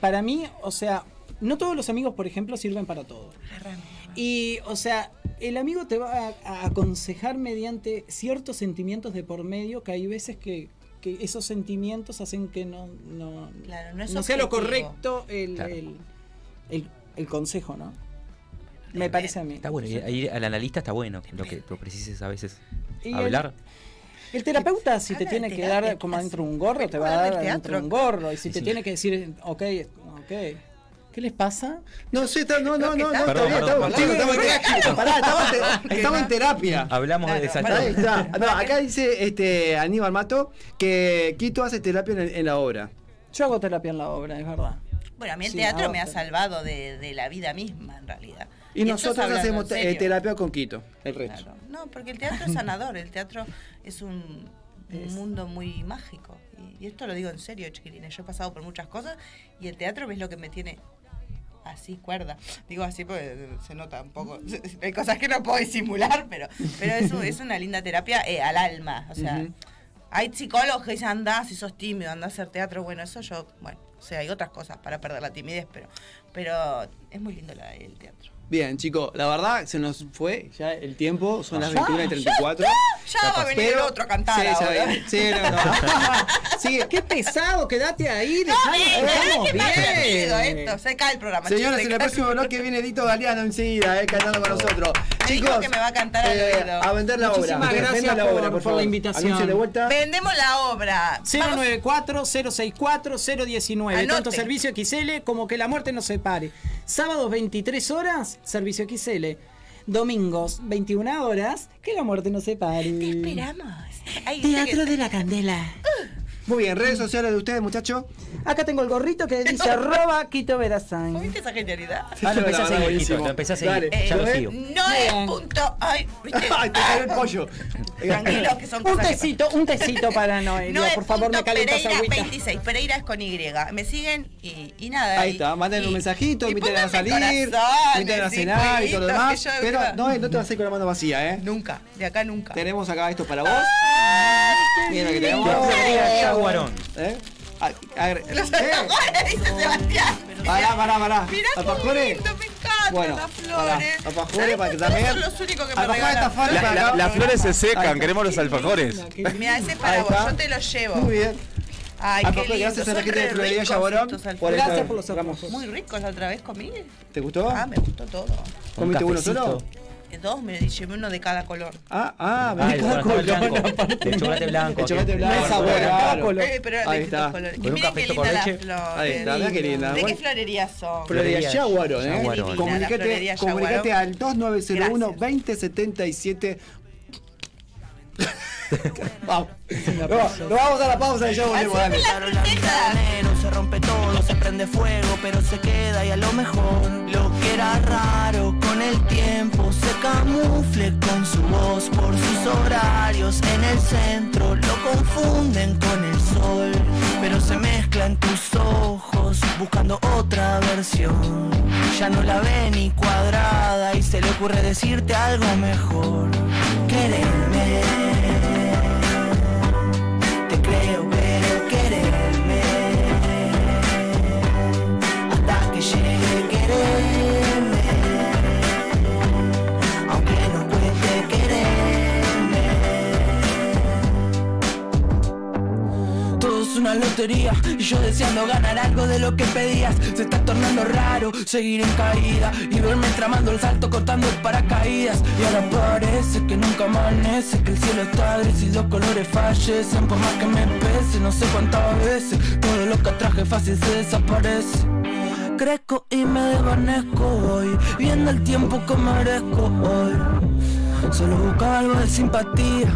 para mí, o sea, no todos los amigos, por ejemplo, sirven para todo. Y, o sea, el amigo te va a, a aconsejar mediante ciertos sentimientos de por medio que hay veces que, que esos sentimientos hacen que no, no,
Claro, no es
sea lo
objetivo.
correcto el,
Claro.
el- el- el consejo, ¿no? Me parece a mí.
Está bueno. Y ir al analista está bueno. Lo que tú precises a veces
Y el-
hablar.
El terapeuta, si te
Habla de
tiene que
terapia,
dar
¿qué
como
hace?
adentro un gorro, te va
Habla
a
del
dar adentro
teatro.
un gorro. Y si te
Sí.
tiene que decir, ok, ok, ¿qué les pasa?
No sé, está- no, no, no, no, está
Perdón,
bien,
perdón,
estamos
perdón.
estamos en terapia. Pará, estamos en- estamos en terapia.
Hablamos de esa
Ahí está. No, acá dice este Aníbal Mato que Quito hace terapia en, en la obra.
Yo hago terapia en la obra, es verdad.
Bueno, a mí el
Sí,
teatro
ahora
me ha
te-
salvado de, de la vida misma, en realidad.
Y,
esto es
nosotros
hablando
hacemos
en
te-
serio.
eh, terapia con Quito, el resto.
Claro. No, porque el teatro es sanador, el teatro es un, un mundo muy mágico. Y, y esto lo digo en serio, chiquilines. Yo he pasado por muchas cosas y el teatro es lo que me tiene así cuerda. Digo así porque se nota un poco. Hay cosas que no puedo disimular, pero, pero es, un- es una linda terapia eh, al alma. O sea,
Ujú.
hay psicólogos que dicen, andá, si sos tímido, andá a hacer teatro. Bueno, eso yo, bueno, o sea, hay otras cosas para perder la timidez, pero, pero es muy lindo la- el teatro.
Bien, chicos, la verdad se nos fue ya el tiempo, son las
Ya,
21 y 34.
Ah, Ya va a venir el otro a cantar
Sí, ya
ahora.
viene. Sí, no, no. Sí,
¡Qué pesado! ¡Quédate ahí!
No, eh,
¡Dejamos!
¿qué más divertido
bien!
esto? Se cae el programa.
Señoras,
chicos,
en
se
el
cae.
próximo bloque viene Dito Galeano enseguida, eh, cantando con nosotros.
Me dijo
Chicos, eh,
que me va a cantar al oído.
a vender la
Muchísimas
obra.
gracias
Venda la
por-
obra,
por la
favor.
invitación.
Anuncie de vuelta.
Vendemos la obra. Vamos-
094-064-019.
Anote.
Tanto Servicio XL como que la muerte nos separe. Sábados 23 horas, Servicio XL. Domingos 21 horas, que la muerte nos separe.
Te esperamos. Ay,
Teatro
dice que-
de la Candela.
Muy bien, redes sociales de ustedes, muchachos.
Acá tengo el gorrito que dice arroba Quito Verazain.
¿Viste esa genialidad?
Ah, lo empecé a
La verdad,
seguir,
buenísimo.
Quito, lo empecé a seguir.
Dale.
Ya
Eh,
lo
¿Lo ves?
sigo.
No es
Bien.
punto. Ay, ¿viste?
Ay, te salió el pollo.
Tranquilo, que son
Un
cosas. que
tecito, un tecito para
pasan.
Noelia.
No es
por favor,
punto
me calientas
Pereira
agüita.
26. Pereira es con Y. Me siguen y, y nada.
Ahí
y-
está, manden
y-
un mensajito,
y
inviten a
pónganme
salir,
corazones,
inviten a
y
cenar y todo lo
fueguitos,
demás.
que yo-
Pero no, eh, no te vas a ir con la mano vacía, ¿eh?
Nunca, de acá nunca.
Tenemos acá esto para vos.
Ah,
Mira lo que tenemos.
María Guarón.
¿Eh? A- a-
Los
¿eh?
alfajores, dice Sebastián.
Pará, pará, pará.
Mirá qué
¿Alfajores?
lindo, me encantan
Bueno,
las flores.
pará, alfajores
¿Sabés
para que
por qué
también-
Son los únicos que me
Alfajores,
regalan.
alfajores
La- la- las flores se
Ahí
secan,
está.
queremos los alfajores.
Mira, ese es
Ahí
para vos,
está.
yo te lo llevo.
Muy bien.
Ay, qué
Alfajores,
lindo.
gracias a
son
la gente de
re
Florería
ricos
Yaborón
estos
por
alfajores.
Gracias
estar-
por los
Ramos.
aplausos.
Muy ricos la otra vez comí.
¿Te gustó?
Ah, me gustó todo. Eh,
¿Comiste
Un
uno solo?
cafecito.
Dos, me llevé uno de cada color.
Ah, ah,
Ah,
me
el
gusta
chocolate
color.
blanco. El chocolate blanco.
El chocolate
que-
blanco.
Bueno,
Esa buena,
bueno,
claro.
color.
Eh, pero
Ahí
eran de distintos
está.
colores. Y
Con un
miren qué
cafecito con
linda las
leche.
flores.
Ahí está, mirá qué linda.
¿De qué
Bueno.
florería son?
Florería Yaguarón, ¿eh?
Yaguarón.
Comunicate,
Florería
comunicate
Yaguarón.
al 2901-2077. vamos. No, no, vamos a la pausa y ya volvemos. dale.
Haceme Ah, las princesas.
Se rompe todo, se prende fuego, pero se queda y a lo mejor lo que era raro con el tiempo se camufle con su voz por sus horarios en el centro lo confunden con el sol pero se mezclan tus ojos buscando otra versión ya no la ve ni cuadrada y se le ocurre decirte algo mejor quererme te creo pero quererme hasta que llegue a quererme. Aunque no cueste quererme. Todo es una lotería y yo deseando ganar algo de lo que pedías. Se está tornando raro seguir en caída y verme tramando el salto cortando el paracaídas. Y ahora parece que nunca amanece, que el cielo está gris y los colores fallecen. Por más que me pese, no sé cuántas veces todo lo que atraje fácil se desaparece. Crezco y me desvanezco hoy Viendo el tiempo que merezco hoy Solo buscaba algo de simpatía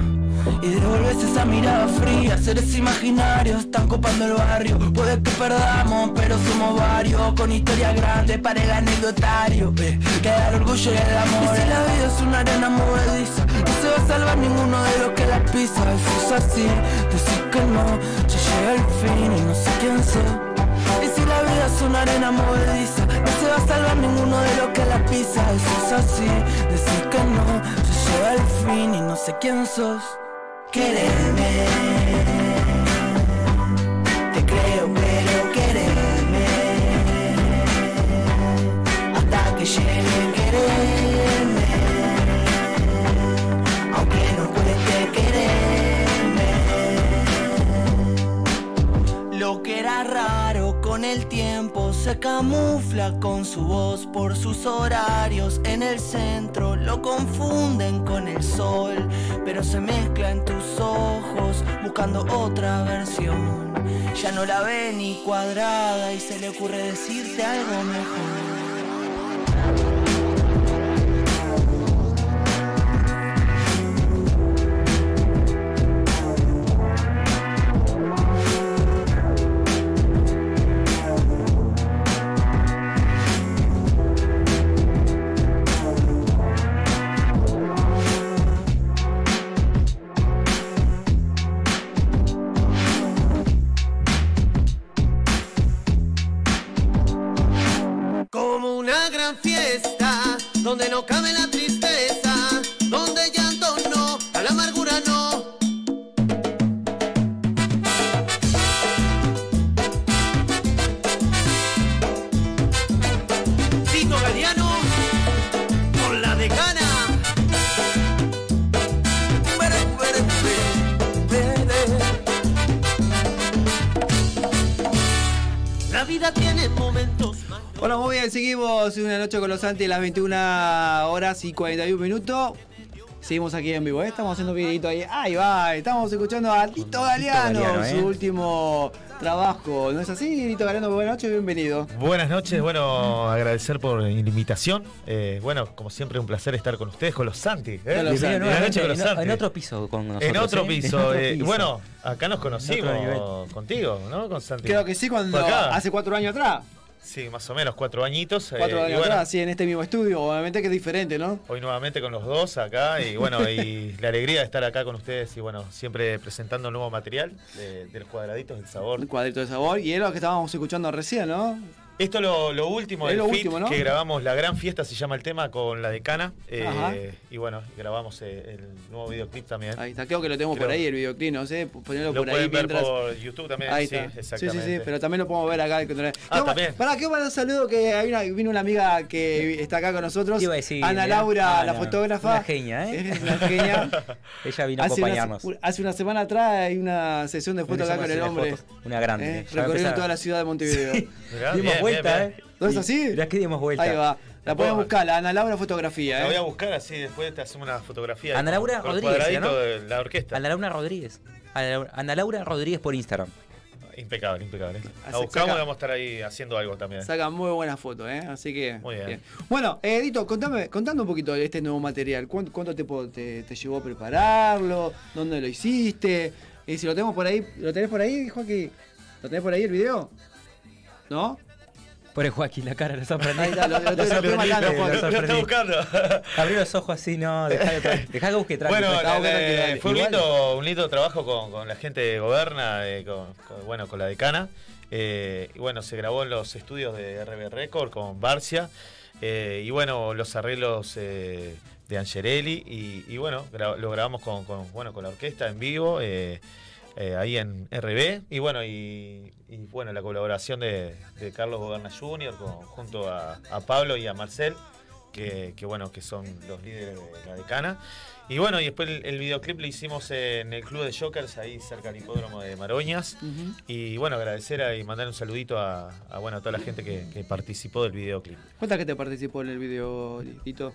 Y devolves esa mirada fría Seres imaginarios están copando el barrio Puede que perdamos, pero somos varios Con historias grandes para el anecdotario eh, Queda el orgullo y el amor Y si la vida es una arena movediza No se va a salvar ninguno de los que la pisa Eso es así, decir que no Ya llega el fin y no sé quién soy y si la vida es una arena movediza, no se va a salvar ninguno de los que la pisa. Eso es así, decir que no, se llega el fin y no sé quién sos. Quererme, te creo, pero quererme, hasta que llegue quererme, aunque no cueste quererme. Lo que era raro con el tiempo se camufla con su voz por sus horarios en el centro lo confunden con el sol pero se mezcla en tus ojos buscando otra versión ya no la ve ni cuadrada y se le ocurre decirte algo mejor
Como una gran fiesta, donde no cabe la tristeza, donde el llanto no, a la amargura no. Tito Galeano, con la decana. La vida tiene momentos malos.
Hola, muy bien, seguimos una noche con los Santi, las 21 horas y 41 minutos. Seguimos aquí en vivo, ¿eh? estamos haciendo un videito ahí. Ahí va, estamos escuchando a Tito Galeano,
Galeano, ¿eh?
su último trabajo. ¿No es así, Tito Galeano? Buenas noches, bienvenido.
Buenas noches, bueno, agradecer por la invitación. Eh, bueno, como siempre, un placer estar con ustedes, con los Santi. ¿eh?
Con los Santi.
Buenas noches con los
en,
Santi.
en otro piso con nosotros.
En otro
¿eh?
piso.
En otro
eh,
piso.
Bueno, acá nos
nivel.
conocimos contigo, ¿no? Con Santi.
Creo que sí, cuando
Fue acá.
hace cuatro años atrás.
Sí, más o menos, cuatro añitos. eh,
Cuatro
y
años
bueno,
atrás, sí, en este mismo estudio. Obviamente que es diferente, ¿no?
Hoy nuevamente con los dos acá y bueno, y la alegría de estar acá con ustedes y bueno, siempre presentando nuevo material de, de los cuadraditos, del sabor.
Un cuadrito de sabor. Y es lo que estábamos escuchando recién, ¿no?
Esto es lo, lo último
Es
del
lo
feat
último, ¿no?
que grabamos, la gran fiesta se llama el tema con la decana. eh,
Ajá.
y bueno, grabamos eh, el nuevo videoclip también.
Ahí está, creo que lo tenemos por
Creo-
ahí, el videoclip, no sé, ponerlo
Lo
por ahí
pueden ver
mientras.
por YouTube también,
Ahí
sí,
está. Sí, sí,
exactamente.
sí, pero también lo podemos ver acá. Para
Ah, también.
Pará, qué bueno saludo que hay una- vino una amiga que está acá con nosotros.
Te iba a decir,
Ana
mirá.
Laura,
Ah,
la
no,
fotógrafa.
una genia, ¿eh?
Es una genia.
Ella vino a
hace, una,
acompañarnos.
hace una semana atrás hay una sesión de fotos acá con el hombre.
Una grande.
¿eh?
Ya va a
Recorriendo
empezar.
toda la ciudad de Montevideo.
Mirá,
dimos
bien,
vuelta,
bien, bien.
¿eh?
¿No es así?
Mirá que dimos vuelta.
Ahí va. La pueden buscar, la Ana Laura Fotografía.
La voy
¿eh?
a buscar así, después te hacemos una fotografía.
Ana
con-
Laura
con el
Rodríguez,
cuadradito
¿no?
de la orquesta.
Ana Laura Rodríguez. Ana Laura- Ana Laura Rodríguez por Instagram.
Impecable, impecable.
Hace-
La buscamos
saca-
y vamos a estar ahí haciendo algo también.
Sacan muy buenas fotos, ¿eh? Así que.
Muy bien.
Bueno, eh, Edito, contame, contando un poquito de este nuevo material. ¿Cuánto, cuánto tiempo te, te llevó prepararlo? ¿Dónde lo hiciste? Y si lo tenemos por ahí, ¿lo tenés por ahí, Joaquín? ¿Lo tenés por ahí el video? ¿No?
Pone Joaquín la cara, lo sorprendí.
Ahí está, lo- lo- lo- lo estoy matando, Joaquín.
Lo
Lo
está
Eh, sorprendí.
buscando.
Abrí los ojos así, no, dejá de tra- dejá que busque tranqui.
Bueno,
dejá que
eh,
busque tranqui,
fue un
dale. Igual-
lindo, un lindo trabajo con, con la gente de Goberna, eh, con, con- bueno, con la decana. Eh, y bueno, se grabó en los estudios de RB Record con Barcia. Eh, y bueno, los arreglos eh, de Angerelli. Y, y bueno, gra- lo grabamos con, con, bueno, con la orquesta en vivo. eh, eh, ahí en RB y bueno y, y, bueno la colaboración de, de Carlos Goberna Jr. con- junto a, a Pablo y a Marcel que, que, bueno que son los líderes de la decana y bueno y después el, el videoclip lo hicimos en el club de Jokers ahí cerca del hipódromo de Maroñas
Ujú.
y bueno agradecer a- y mandar un saludito a, a, bueno a toda la gente que, que participó del videoclip
¿Cuánta gente participó en el video, Tito?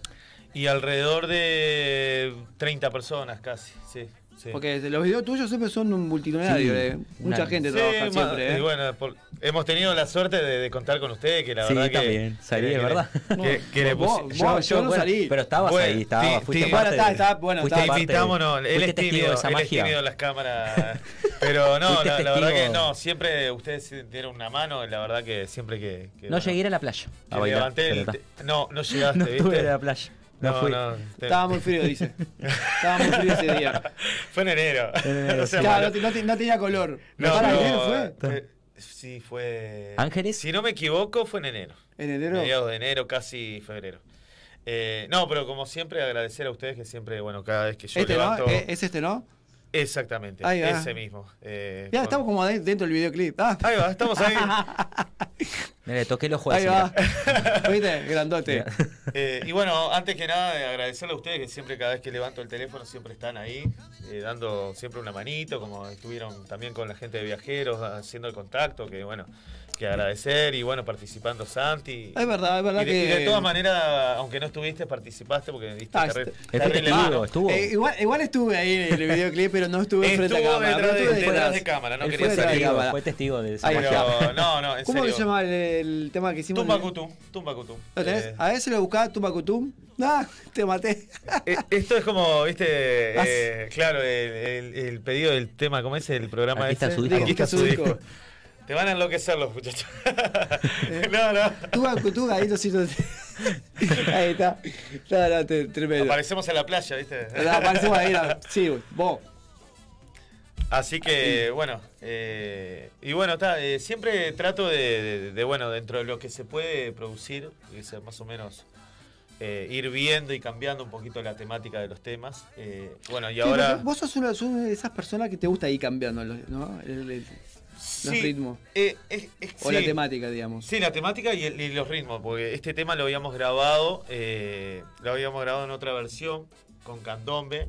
y alrededor de 30 personas casi sí, sí.
Porque los videos tuyos siempre son un multitudinario.
Sí.
eh. Mucha
Nah.
gente
Sí,
trabaja
ma-
siempre. eh.
y bueno, por- hemos tenido la suerte de, de contar con ustedes, que la
Sí,
verdad que.
también, salí
que-
de
que-
verdad.
que- que le
Vos-
pusi-
vos- yo no
bueno,
salí.
Pero estabas
Bueno,
ahí, estabas,
ti-
fuiste
ti-
parte
Bueno, está,
de-
está, bueno,
fuiste
Te
está.
parte de-
invitamos, no, él
fuiste
es
testigo
tímido,
de esa
él es
magia.
tímido de las cámaras. Pero no,
Fuiste
la, la verdad que
testigo.
no, siempre ustedes dieron una mano, la verdad que siempre que. que,
No
bueno,
llegué a ir a la playa.
que
A bailar,
levanté el-
pero está.
te- no, no llegaste,
no estuve
¿viste?
en la playa. No,
no,
fui.
no, te-
Estaba muy frío, dice. Estaba muy frío ese día.
Fue en enero.
enero,
No sea
Claro,
malo.
no, te- no te- no tenía color.
No,
¿Para
no,
enero fue?
eh, Sí, fue.
¿Ángeles?
Si no me equivoco, fue en enero.
¿En enero?
Mediados de enero, casi febrero. Eh, no, pero como siempre, agradecer a ustedes que siempre, bueno, cada vez que yo
Este, ¿no?
levanto.
¿E- ¿Es este, no?
Exactamente,
Ahí va.
ese mismo. Eh,
Ya,
con-
estamos como de- dentro del videoclip. Ah,
Ahí va, estamos ahí.
Mira, le toqué los eh. ojos.
ahí
así,
va.
mirá.
¿Viste? Grandote.
Eh, y bueno, antes que nada, eh, agradecerle a ustedes que siempre, cada vez que levanto el teléfono, siempre están ahí, eh, dando siempre una manito, como estuvieron también con la gente de viajeros, haciendo el contacto, que bueno, que agradecer y bueno, participando Santi.
Es verdad, es verdad
y de,
que-
y de todas maneras, aunque no estuviste, participaste porque diste
Ah,
carre-
est-
carril
Estuviste
en
vivo,
mano.
estuvo.
Eh, igual, igual estuve ahí en el videoclip, pero no estuve
Estuvo
enfrente de cámara.
detrás
pero
de-
estuve
detrás de cámara, no
Él
quería
fue,
Fuera de
salir.
testigo,
cámara.
fue testigo de esa
Ahí
magia.
Pero no, no, en
¿Cómo que
serio.
se llama el, el tema que hicimos?
Tumbacutum, Tumbacutum.
¿Lo tenés?
Eh,
A ese lo buscaba Tumbacutum. Ah, te maté.
Eh, Esto es como, viste,
Ah,
eh, claro, el, el- el pedido del tema, ¿cómo es el programa?
Aquí está
ese?
su disco.
Aquí está
Aquí
su disco. Te van a enloquecer los muchachos. no, no.
Tumbacutum, ahí lo siento. Ahí está. No, no, te- tremendo.
Aparecemos en la playa, viste.
Ah, Aparecemos ahí. la- Sí, vos.
Así que, bueno, eh, y bueno, está, eh, siempre trato de, de- de, bueno, dentro de lo que se puede producir, que sea más o menos eh, ir viendo y cambiando un poquito la temática de los temas. Eh, bueno, y
Sí,
ahora...
vos- Vos sos una, sos una de esas personas que te gusta ir cambiando los- ¿no? El- el-
Sí,
ritmos.
eh, es- es-
o la
sí.
temática, digamos.
Sí, la temática y, el- y los ritmos, porque este tema lo habíamos grabado, eh, lo habíamos grabado en otra versión, con Candombe.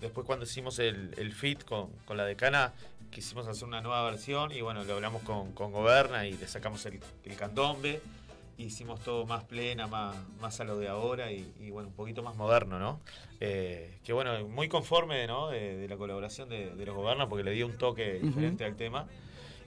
Después cuando hicimos el, el fit con, con la decana, quisimos hacer una nueva versión y bueno, lo hablamos con, con Goberna y le sacamos el, el candombe. Hicimos todo más plena, más, más a lo de ahora y, y, bueno, un poquito más moderno, ¿no? Eh, que bueno, muy conforme, ¿no? De, de la colaboración de, de los Goberna porque le dio un toque diferente al tema.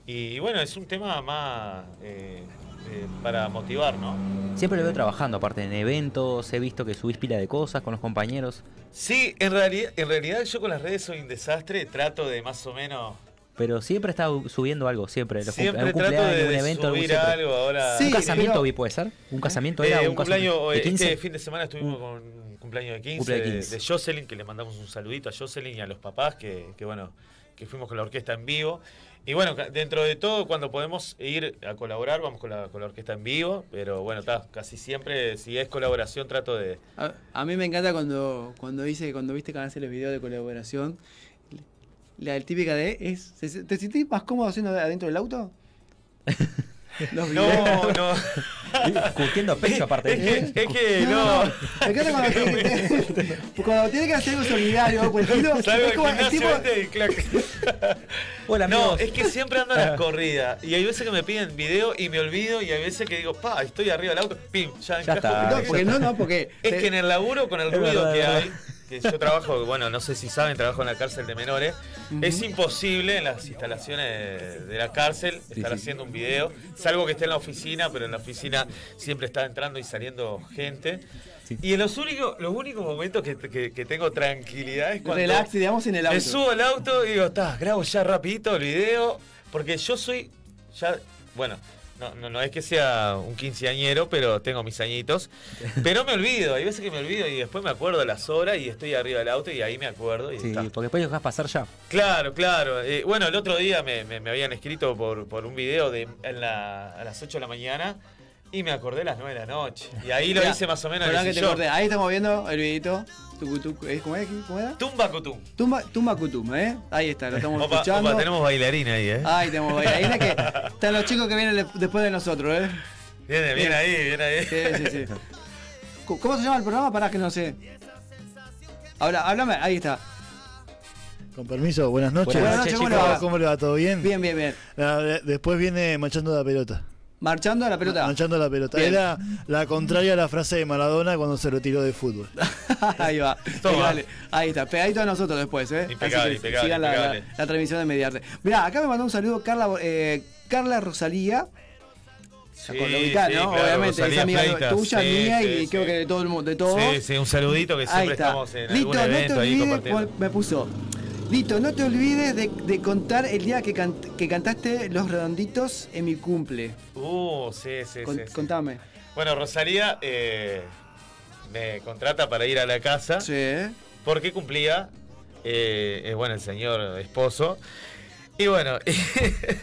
Y bueno, es un tema más eh, eh, para motivar, ¿no?
Siempre lo veo trabajando, aparte en eventos, he visto que subís pila de cosas con los compañeros.
Sí, en realidad, en realidad yo con las redes soy un desastre, trato de más o menos...
Pero siempre está subiendo algo, siempre. los cum-
Siempre
algún
trato
cumpleaños,
de,
un
de
evento, algún
subir
siempre.
algo ahora.
Sí,
Un casamiento
pero-
vi, puede ser. Un casamiento
Eh,
era
un
un casamiento.
cumpleaños,
¿De
eh,
15?
este fin de semana estuvimos con un cumpleaños de 15,
Cumpleaños de
de-
15.
De, Jocelyn, que le mandamos un saludito a Jocelyn y a los papás, que, que bueno, que fuimos con la orquesta en vivo. Y bueno, ca- dentro de todo, cuando podemos ir a colaborar, vamos con la, con la orquesta en vivo, pero bueno, ta, casi siempre, si es colaboración, trato de...
A, a mí me encanta cuando cuando dice cuando viste que hacer los videos de colaboración la típica de es ¿se- ¿te sentís más cómodo haciendo adentro del auto? Los
No,
videos.
no.
Curtiendo pecho, aparte.
Es que, es que no.
no, no. Me encanta cuando, tiene que- cuando tiene que hacer algo solidario o cualquiera,
Salgo
es
del
como el este.
gimnasio,
tipo
viste, y clac.
Hola,
este, No,
amigos.
es que siempre ando a las corridas. Y hay veces que me piden video y me olvido. Y hay veces que digo, pa, estoy arriba del auto. Pim, ya,
Ya
encajo
está.
un
no,
video.
porque no, no, porque
Es que en el laburo, con el
Es
ruido
verdad,
que
es
hay,
verdad.
que yo trabajo, bueno, no sé si saben, trabajo en la cárcel de menores, es imposible en las instalaciones de la cárcel estar haciendo un video, salvo que esté en la oficina, pero en la oficina siempre está entrando y saliendo gente. Y en los únicos, los únicos momentos que, que- que tengo tranquilidad es cuando
relax, digamos, en el auto.
me subo al auto y digo, está, grabo ya rapidito el video, porque yo soy, ya, bueno, No, no, no es que sea un quinceañero, pero tengo mis añitos. Pero me olvido, hay veces que me olvido y después me acuerdo a las horas y estoy arriba del auto y ahí me acuerdo. Y
Sí,
eh, está.
porque después lo dejas pasar ya.
Claro, claro. Eh, bueno, el otro día me, me- me habían escrito por, por un video de en la- a las 8 de la mañana y me acordé a las 9 de la noche. Y ahí lo
Mirá,
hice más o menos en el
perdón que te
sillón.
corté. Ahí estamos viendo el videito. Tucu, tucu, ¿eh? ¿Cómo era? ¿Cómo era?
Tumba cutum.
Tumba, tumba cutum, ¿eh? Ahí está, lo estamos
Opa,
escuchando. Ah,
opa, tenemos bailarina ahí, ¿eh?
Ahí tenemos bailarina que están los chicos que vienen de- después de nosotros, ¿eh?
Viene, viene ahí, viene ahí.
Sí, sí, sí. Cu- ¿Cómo se llama el programa? Pará que no sé. Ahora, háblame, ahí está.
Con permiso, buenas noches.
Buenas noches, ¿cómo le va?
¿Cómo le va? ¿Todo bien? Ah,
Bien, bien, bien.
después viene marchando la pelota.
¿Marchando a la pelota?
Ah.
Marchando a la pelota.
Bien.
Era la contraria a la frase de Maradona cuando se retiró de fútbol.
ahí va.
Toma.
Impecable. Ahí está, pegadito a nosotros después, ¿eh?
Impecable,
Así que
impecable,
sigan la,
impecable.
la- la transmisión de Mediarte. Mirá, acá me mandó un saludo Carla, eh, Carla Rosalía.
Sí,
Con lo ubicás,
sí,
¿no?
claro,
Obviamente,
Rosalía
es amiga
Fleitas.
tuya,
Sí,
mía
sí,
y
sí.
creo que de todo el mundo, de todo.
Sí, sí, un saludito que
Ahí
Pues siempre
está.
estamos en
Lito,
algún
no te
evento ahí
olvides
compartiendo.
cuál- me puso. Lito, no te olvides de, de contar el día que, cant- que cantaste Los Redonditos en mi cumple.
Uh, sí, sí,
Con-
sí, sí.
Contame.
Bueno, Rosalía eh, me contrata para ir a la casa.
Sí.
Porque cumplía, eh, eh, bueno, el señor esposo. Y bueno,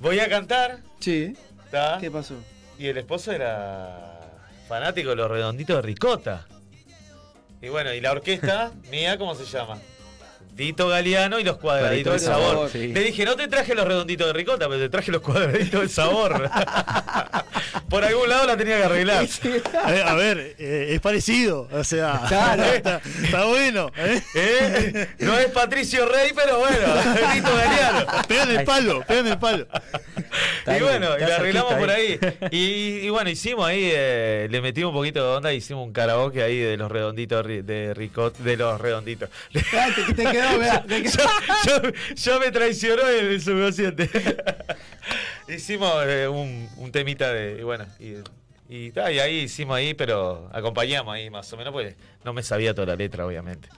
voy a cantar.
Sí.
¿tá?
¿Qué pasó?
Y el esposo era fanático de los redonditos de ricota. Y bueno, y la orquesta mía, ¿cómo se llama? Dito Galeano y los cuadraditos
Cuadraditos
del
del
sabor.
Sabor, sí.
Le dije, no te traje los redonditos de ricota, pero te traje los cuadraditos del sabor. Por algún lado la tenía que arreglar.
A ver, a ver, eh, es parecido. O sea,
Claro.
está, está bueno. ¿eh?
¿Eh? No es Patricio Rey, pero bueno, Dito Galeano.
Pegan el palo, pegan el palo.
Y bueno, y
Está
la arreglamos por ahí.
cerquita
Y, y bueno, hicimos ahí, eh, le metimos un poquito de onda, hicimos un karaoke ahí de los redonditos ri- de ricot, de los redonditos.
Ah, te, quedó, mirá, te
quedó. Yo, yo me traicionó el, el subconsciente. hicimos eh, un, un temita de, y bueno, y, y ta, y ahí hicimos ahí, pero acompañamos ahí más o menos, porque no me sabía toda la letra, obviamente.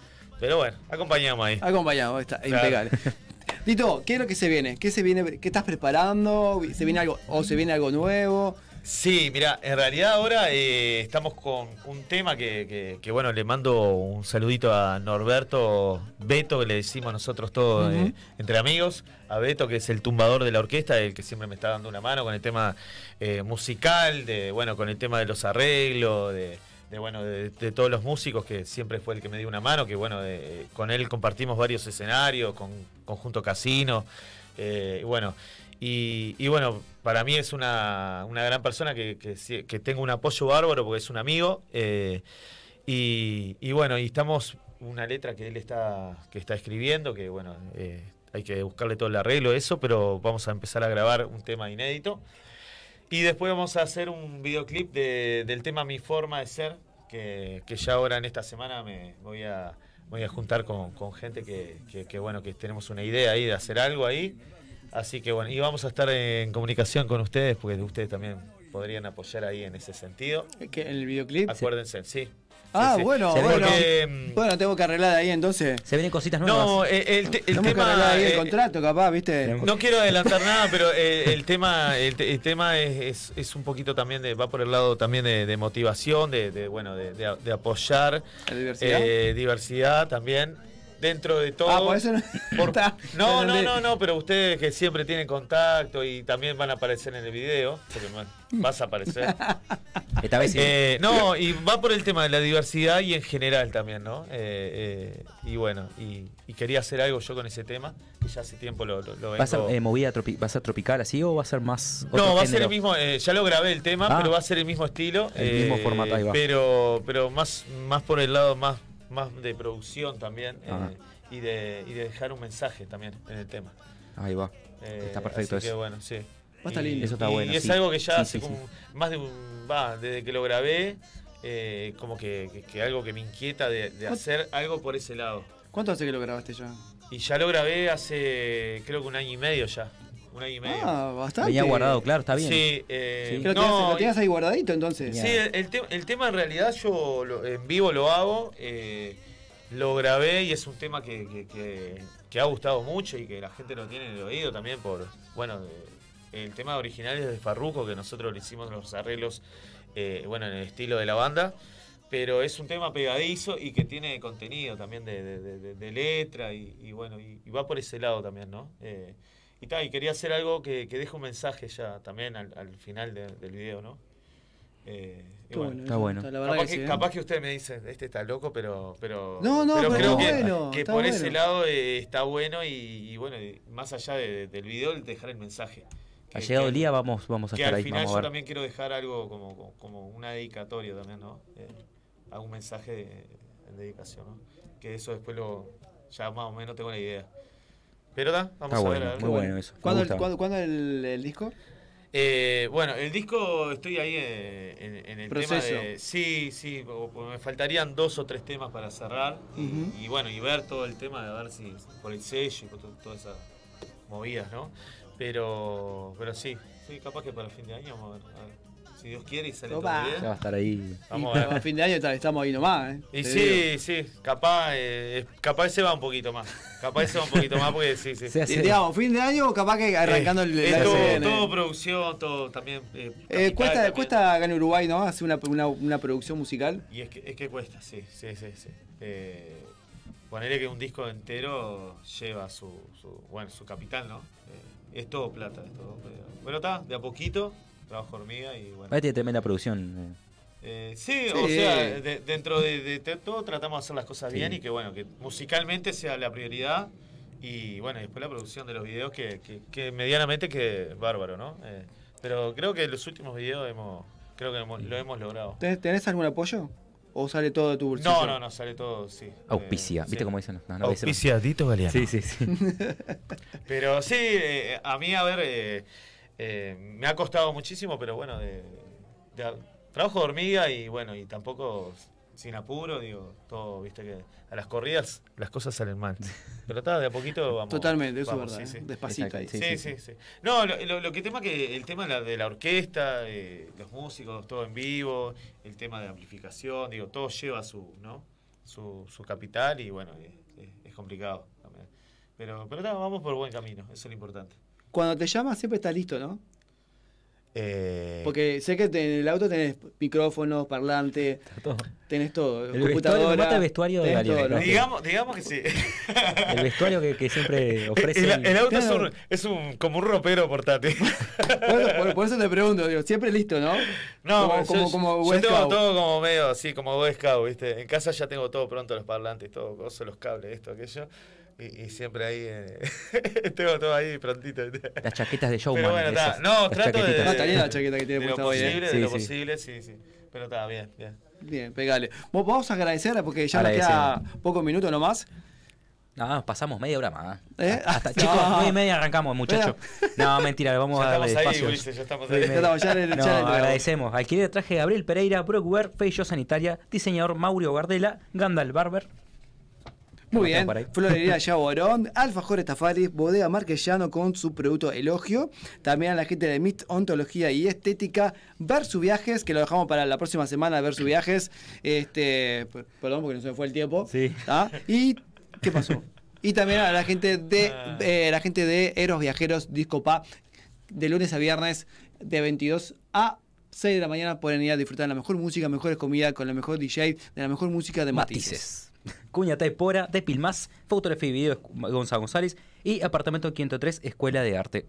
Pero bueno, acompañamos ahí.
Acompañado, está
Claro.
impecable. Lito, ¿qué es lo que se viene? ¿Qué se viene? ¿Qué estás preparando? ¿Se viene algo o se viene algo nuevo?
Sí, mira, en realidad ahora eh, estamos con un tema que, que- que, bueno, le mando un saludito a Norberto Beto, que le decimos nosotros todos eh,
Ujú.
entre amigos, a Beto que es el tumbador de la orquesta, el que siempre me está dando una mano con el tema eh, musical, de bueno, con el tema de los arreglos, de, de, bueno, de, de todos los músicos que siempre fue el que me dio una mano, que bueno, de- con él compartimos varios escenarios, con conjunto casino, eh, y bueno. Y, y bueno, para mí es una, una gran persona que, que sí- que tengo un apoyo bárbaro porque es un amigo. eh, y, y bueno, y estamos una letra que él está, que está escribiendo, que bueno, eh, hay que buscarle todo el arreglo, eso, pero vamos a empezar a grabar un tema inédito. Y después vamos a hacer un videoclip de- del tema Mi forma de ser, que, que ya ahora en esta semana me voy a, voy a juntar con, con gente que, que- que, bueno, que tenemos una idea ahí de hacer algo ahí. Así que bueno, y vamos a estar en comunicación con ustedes, porque ustedes también podrían apoyar ahí en ese sentido.
¿Qué, ¿El videoclip?
Acuérdense, sí.
Ah,
Sí, sí.
bueno,
Se ve
bueno.
porque, mm,
Bueno, tengo que arreglar ahí entonces.
Se vienen cositas
No, eh, el, te- el
Tenemos que
tema.
arreglar ahí el
eh,
contrato, capaz, ¿viste?
no quiero adelantar nada, pero eh, el tema, el, te- el tema es, es- es un poquito también de, va por el lado también de, de motivación, de, de, bueno, de, de- de apoyar
¿La diversidad?
eh, diversidad también dentro de todo.
Ah, por eso no. Está.
No, no,
entendí.
no, no, pero ustedes que siempre tienen contacto y también van a aparecer en el video, porque bueno, vas a aparecer.
Esta vez sí.
Eh, no, y va por el tema de la diversidad y en general también, ¿no? Eh, eh, y bueno, y, y quería hacer algo yo con ese tema, que ya hace tiempo lo, lo, lo vengo...
¿Vas a, eh, movida tropi- ¿Vas a tropical así o va a ser más.?
No,
otro
va a ser
género?
el mismo, eh, ya lo grabé el tema,
Ah.
pero va a ser el mismo estilo. eh,
El mismo formato, ahí va.
Pero, pero más, más por el lado más, más de producción también eh,
Ajá.
y, de, y de dejar un mensaje también en el tema.
Ahí va.
Eh,
está perfecto
así que
eso.
bueno, sí.
Va a estar
Y-
lindo. Eso está
y
bueno,
es
sí.
algo que ya
Sí,
hace
sí,
como más de un. Va, desde que lo grabé, eh, como que, que- que algo que me inquieta de, de
¿Cuánto-
hacer algo por ese lado.
¿Cuánto hace que lo grabaste ya?
Y ya lo grabé hace, creo que un año y medio ya. Un año y medio.
Ah, bastante.
Venía guardado, claro, está bien.
Sí, eh,
Pero
no,
lo tenías
y-
ahí guardadito entonces.
Sí, el, el te- el tema en realidad yo lo- en vivo lo hago, eh, lo grabé y es un tema que, que- que- que ha gustado mucho y que la gente lo tiene en el oído también por, bueno, de- el tema original es de Farruco, que nosotros le hicimos los arreglos, eh, bueno, en el estilo de la banda. Pero es un tema pegadizo y que tiene contenido también de, de- de- de- de letra y, y bueno, y, y va por ese lado también, ¿no? Eh, y tal, y quería hacer algo que, que deje un mensaje ya también al, al final de- del video, ¿no? Eh, y
Está bueno, Está bueno. está- la verdad
Capaz,
que
que,
sí, ¿eh?
capaz que usted me dice, este está loco, pero. pero
No, no, pero
creo
está
que,
bueno,
que
está
por
bueno.
ese lado eh, está bueno y, y bueno, y más allá de- del video, el dejar el mensaje.
Ha llegado el día, vamos, vamos a
que
estar
al
ahí.
final
Vamos
yo
a ver.
también quiero dejar algo como, como- como una dedicatoria también, ¿no? Eh, algún mensaje de, en dedicación, ¿no? Que eso después lo. Ya más o menos tengo la idea. Pero da, vamos
Está
a ver,
bueno,
a ver.
muy bueno eso.
¿Cuándo, el,
gusta.
cuándo- cuándo el- el disco?
Eh, bueno, el disco estoy ahí eh, en, en el
Proceso.
tema de. Sí, sí, o- o me faltarían dos o tres temas para cerrar. Y,
Ujú.
y bueno, y ver todo el tema de ver si por el sello y por to- todas esas movidas, ¿no? Pero, pero sí, sí, capaz que para el fin de año vamos a ver. a ver. Si Dios quiere y sale
Opa.
todo bien.
Ya va a estar ahí.
Vamos
Y
a
para
ver.
fin de año tal, estamos ahí nomás, ¿eh?
Y
Te
sí,
digo.
sí, capaz, eh, capaz se va un poquito más. Capaz se va un poquito más porque sí, sí.
Eh, digamos, fin de año, capaz que arrancando el,
Eh,
el año que
todo,
viene.
todo producción, todo también. eh,
Eh,
capital
cuesta,
también.
cuesta acá en Uruguay, ¿no? Hacer una, una- una producción musical.
Y es que, es que cuesta, sí, sí, sí, sí. Eh, ponerle que un disco entero lleva su, su- bueno, su capital, ¿no? Eh, es todo plata, es todo. pero- bueno, está, de a poquito, trabajo hormiga y bueno.
Ahí tiene tremenda producción.
Eh, sí,
Sí.
o sea, de- dentro de, de te- todo tratamos de hacer las cosas
Sí.
bien y que bueno, que musicalmente sea la prioridad y bueno, y después la producción de los videos que, que- que medianamente que bárbaro, ¿no? Eh, pero creo que los últimos videos hemos, creo que hemos- lo hemos logrado.
¿Tenés, tenés algún apoyo? ¿O sale todo de tu bolsillo?
No, no, no, sale todo, sí.
Auspicia,
Eh,
¿viste
sí.
cómo dicen? No,
Auspicia Dito Galeano.
Sí, sí, sí.
Pero sí, eh, a mí, a ver, eh, eh, me ha costado muchísimo, pero bueno, de, de a- trabajo de hormiga y bueno, y tampoco sin apuro, digo, todo, viste que a las corridas las cosas salen mal. Pero está, de a poquito vamos.
Totalmente, eso
vamos,
es verdad.
sí,
¿eh?
sí.
Despacito ahí.
Sí, sí, sí. No, lo, lo- lo que tema que el tema de la, de la orquesta, eh, los músicos, todo en vivo, el tema de amplificación, digo, todo lleva su, ¿no? Su, su capital y bueno, eh, eh, es, complicado también. Pero, pero nada, vamos por buen camino, eso es lo importante.
Cuando te llamas siempre estás listo, ¿no?
Eh,
Porque sé que te- en el auto tenés micrófonos, parlante,
todo.
tenés todo.
El vestuario,
computadora,
me mata el vestuario de
tenés
Darío,
todo, ¿no?
¿no?
digamos, digamos que sí.
El vestuario que, que siempre ofrece.
El, el auto es, un, es un- como un ropero portátil.
Por, eso- por- por eso te pregunto, digo, siempre listo, ¿no?
No, yo-
como, como,
yo,
como
yo
Boy
tengo
Scout.
todo como medio así, como Boy Scout, ¿viste? En casa ya tengo todo pronto, los parlantes, todo, coso, los cables, esto, aquello. Y, y siempre ahí, eh, tengo todo ahí prontito.
Las chaquetas de showman.
Pero bueno, está.
esas,
No,
las
trato de,
chaquetitas.
No, Ah, está linda la chaqueta que tiene
de lo
puesta hoy, ¿eh?
posible,
Sí,
de lo
sí.
posible, sí, sí. Pero está bien, bien.
Bien, pegale. Vos- Vamos a agradecer porque ya nos queda
Agradecer.
pocos minutos nomás.
No, pasamos media hora más.
¿Eh?
Hasta,
No.
Chicos, nueve y media arrancamos, muchachos. No, mentira, vamos
Ya
a darle
estamos ahí,
espacio.
Ulises, ya estamos
Nueve y
ahí.
media.
Ya estamos,
ya en el- ya en el
No,
trabajo.
agradecemos. Alquiler de traje de Gabriel Pereira, Brockware, Feyo Sanitaria, diseñador Mauro Gardela, Gandalf Barber.
Muy
Lo tengo
bien,
por ahí.
Florería Yaborón, Alfajor Tafaris, Bodega Marquellano con su producto Elogio, también a la gente de MIT Ontología y Estética, Versu Viajes, que lo dejamos para la próxima semana, Versu Viajes, este, per- perdón porque no se me fue el tiempo,
Sí.
¿Ah? y ¿qué pasó? Y también a la gente de
Ah.
eh, la gente de Eros Viajeros Discopa, de lunes a viernes, de 22 a 6 de la mañana, pueden ir a disfrutar la mejor música, mejores comidas, con la mejor DJ, de la mejor música de matices.
Matices. Cuña Taipora, de Pilmás, Fotografía y Video Gonzalo González y Apartamento 503, Escuela de Arte.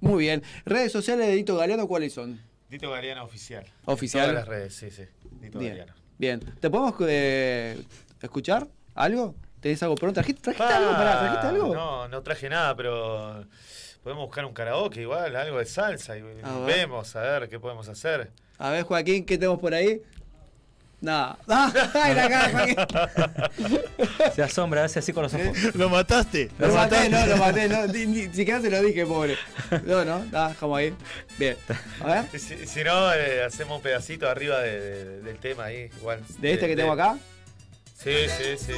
Muy bien. Redes sociales de Dito Galeano, ¿cuáles son?
Dito Galeano oficial.
Oficial.
En todas las redes, sí, sí. Dito
Bien.
Galeano.
Bien. ¿Te podemos eh, escuchar algo? ¿Tenés algo pronto? ¿Trajiste, trajiste
Pa,
algo? Pará, ¿trajiste algo?
No, no traje nada, pero podemos buscar un karaoke igual, algo de salsa. Y
A ver.
vemos, a ver qué podemos hacer.
A ver, Joaquín, ¿qué tenemos por ahí? Nada. ¡Ah! ¡Ay, la cara, Joaquín!
Se asombra, hace así con los ojos.
¿Lo mataste?
Lo maté, no, lo maté, no. Ni, ni siquiera se lo dije, pobre. No, no, nada, dejamos ahí. Bien. A ver,
Si, si no, eh, hacemos un pedacito arriba de- de- del tema ahí, igual.
¿de este que tengo acá?
Sí, sí, sí.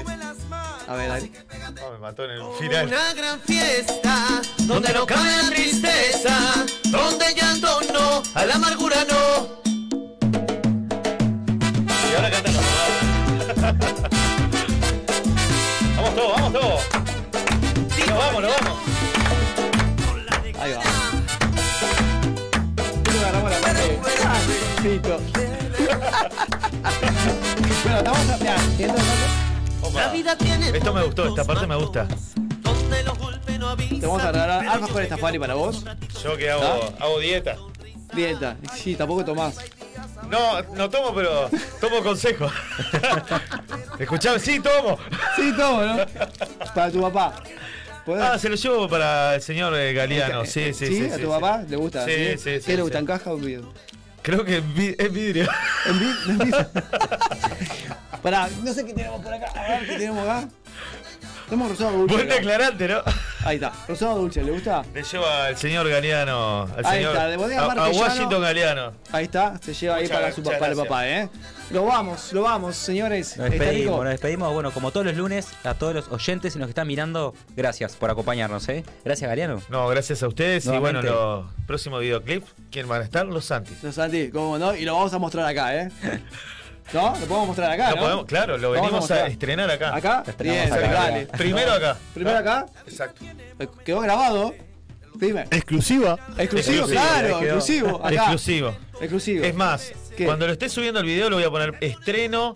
A ver, dale.
No, Ah, me mató en el final.
Una gran fiesta donde no cabe la tristeza, donde llanto no, a la amargura no.
Y ahora cantan los amados. Vamos todos, vamos todos. Nos vamos, nos vamos.
Ahí va.
Listo.
Bueno, estamos a- mirá, esto-
La vida tiene Esto me gustó, esta parte me gusta.
Te vamos a regalar alfajores con estafari para vos.
Yo que hago, hago dieta.
Dieta. Sí, tampoco tomás.
No, no tomo, pero tomo consejo. Escuchame, sí, tomo.
Sí, tomo, ¿no? Para tu papá.
Ah, se lo llevo para el señor eh, Galeano. Sí, sí, sí.
¿A
sí, sí.
tu papá le gusta?
Sí, sí, sí.
¿Qué le
sí.
gusta, en caja o en vidrio?
Creo que en vi- es vidrio.
Pará, no sé qué tenemos por acá. A ver, ¿qué tenemos acá? Tenemos rosado dulce.
Buen
acá.
declarante, ¿no?
Ahí está, rosado dulce, ¿le gusta?
Le lleva al señor Galeano. Al
Ahí
señor,
está, de bodega
a- a,
Marquellano.
Washington Galeano.
Ahí está, se lleva ahí
Muchas-
para, su,
muchas
para el
gracias.
papá, ¿eh? Lo vamos, lo vamos, señores.
Nos
¿Está
despedimos,
rico?
nos despedimos. Bueno, como todos los lunes, a todos los oyentes y los que están mirando, gracias por acompañarnos, ¿eh? Gracias, Galeano.
No, gracias a ustedes.
Nuevamente.
Y bueno, los próximo videoclip, ¿quién van a estar? Los Santis.
Los Santi, cómo no, y lo vamos a mostrar acá, ¿eh? ¿No? Lo podemos mostrar acá,
No
¿no?
podemos- claro, lo
Vamos
venimos a
mostrar.
estrenar acá.
¿Acá?
estrenamos
Bien,
acá.
dale.
Primero acá.
Primero acá.
Exacto.
Quedó grabado. Dime.
Exclusiva.
Exclusivo, claro, exclusivo. Acá.
Exclusivo.
Exclusivo.
Es más,
¿Qué?
cuando lo esté subiendo el video lo voy a poner estreno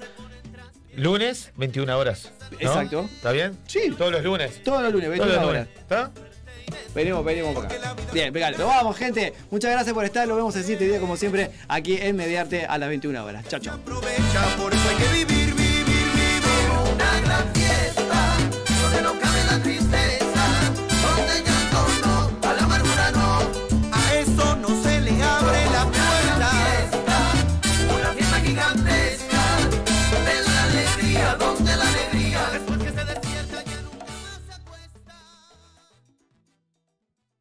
lunes, 21 horas. ¿no?
Exacto.
¿Está bien?
Sí.
Todos los lunes.
Todos los lunes,
Todos
21
los
horas.
lunes. ¿Está?
Venimos, venimos por acá. Bien, pegale. Nos vamos, gente. Muchas gracias por estar. Lo vemos el siguiente día, como siempre, aquí en Mediarte a las 21 horas. Chao, chao.
Por eso hay que vivir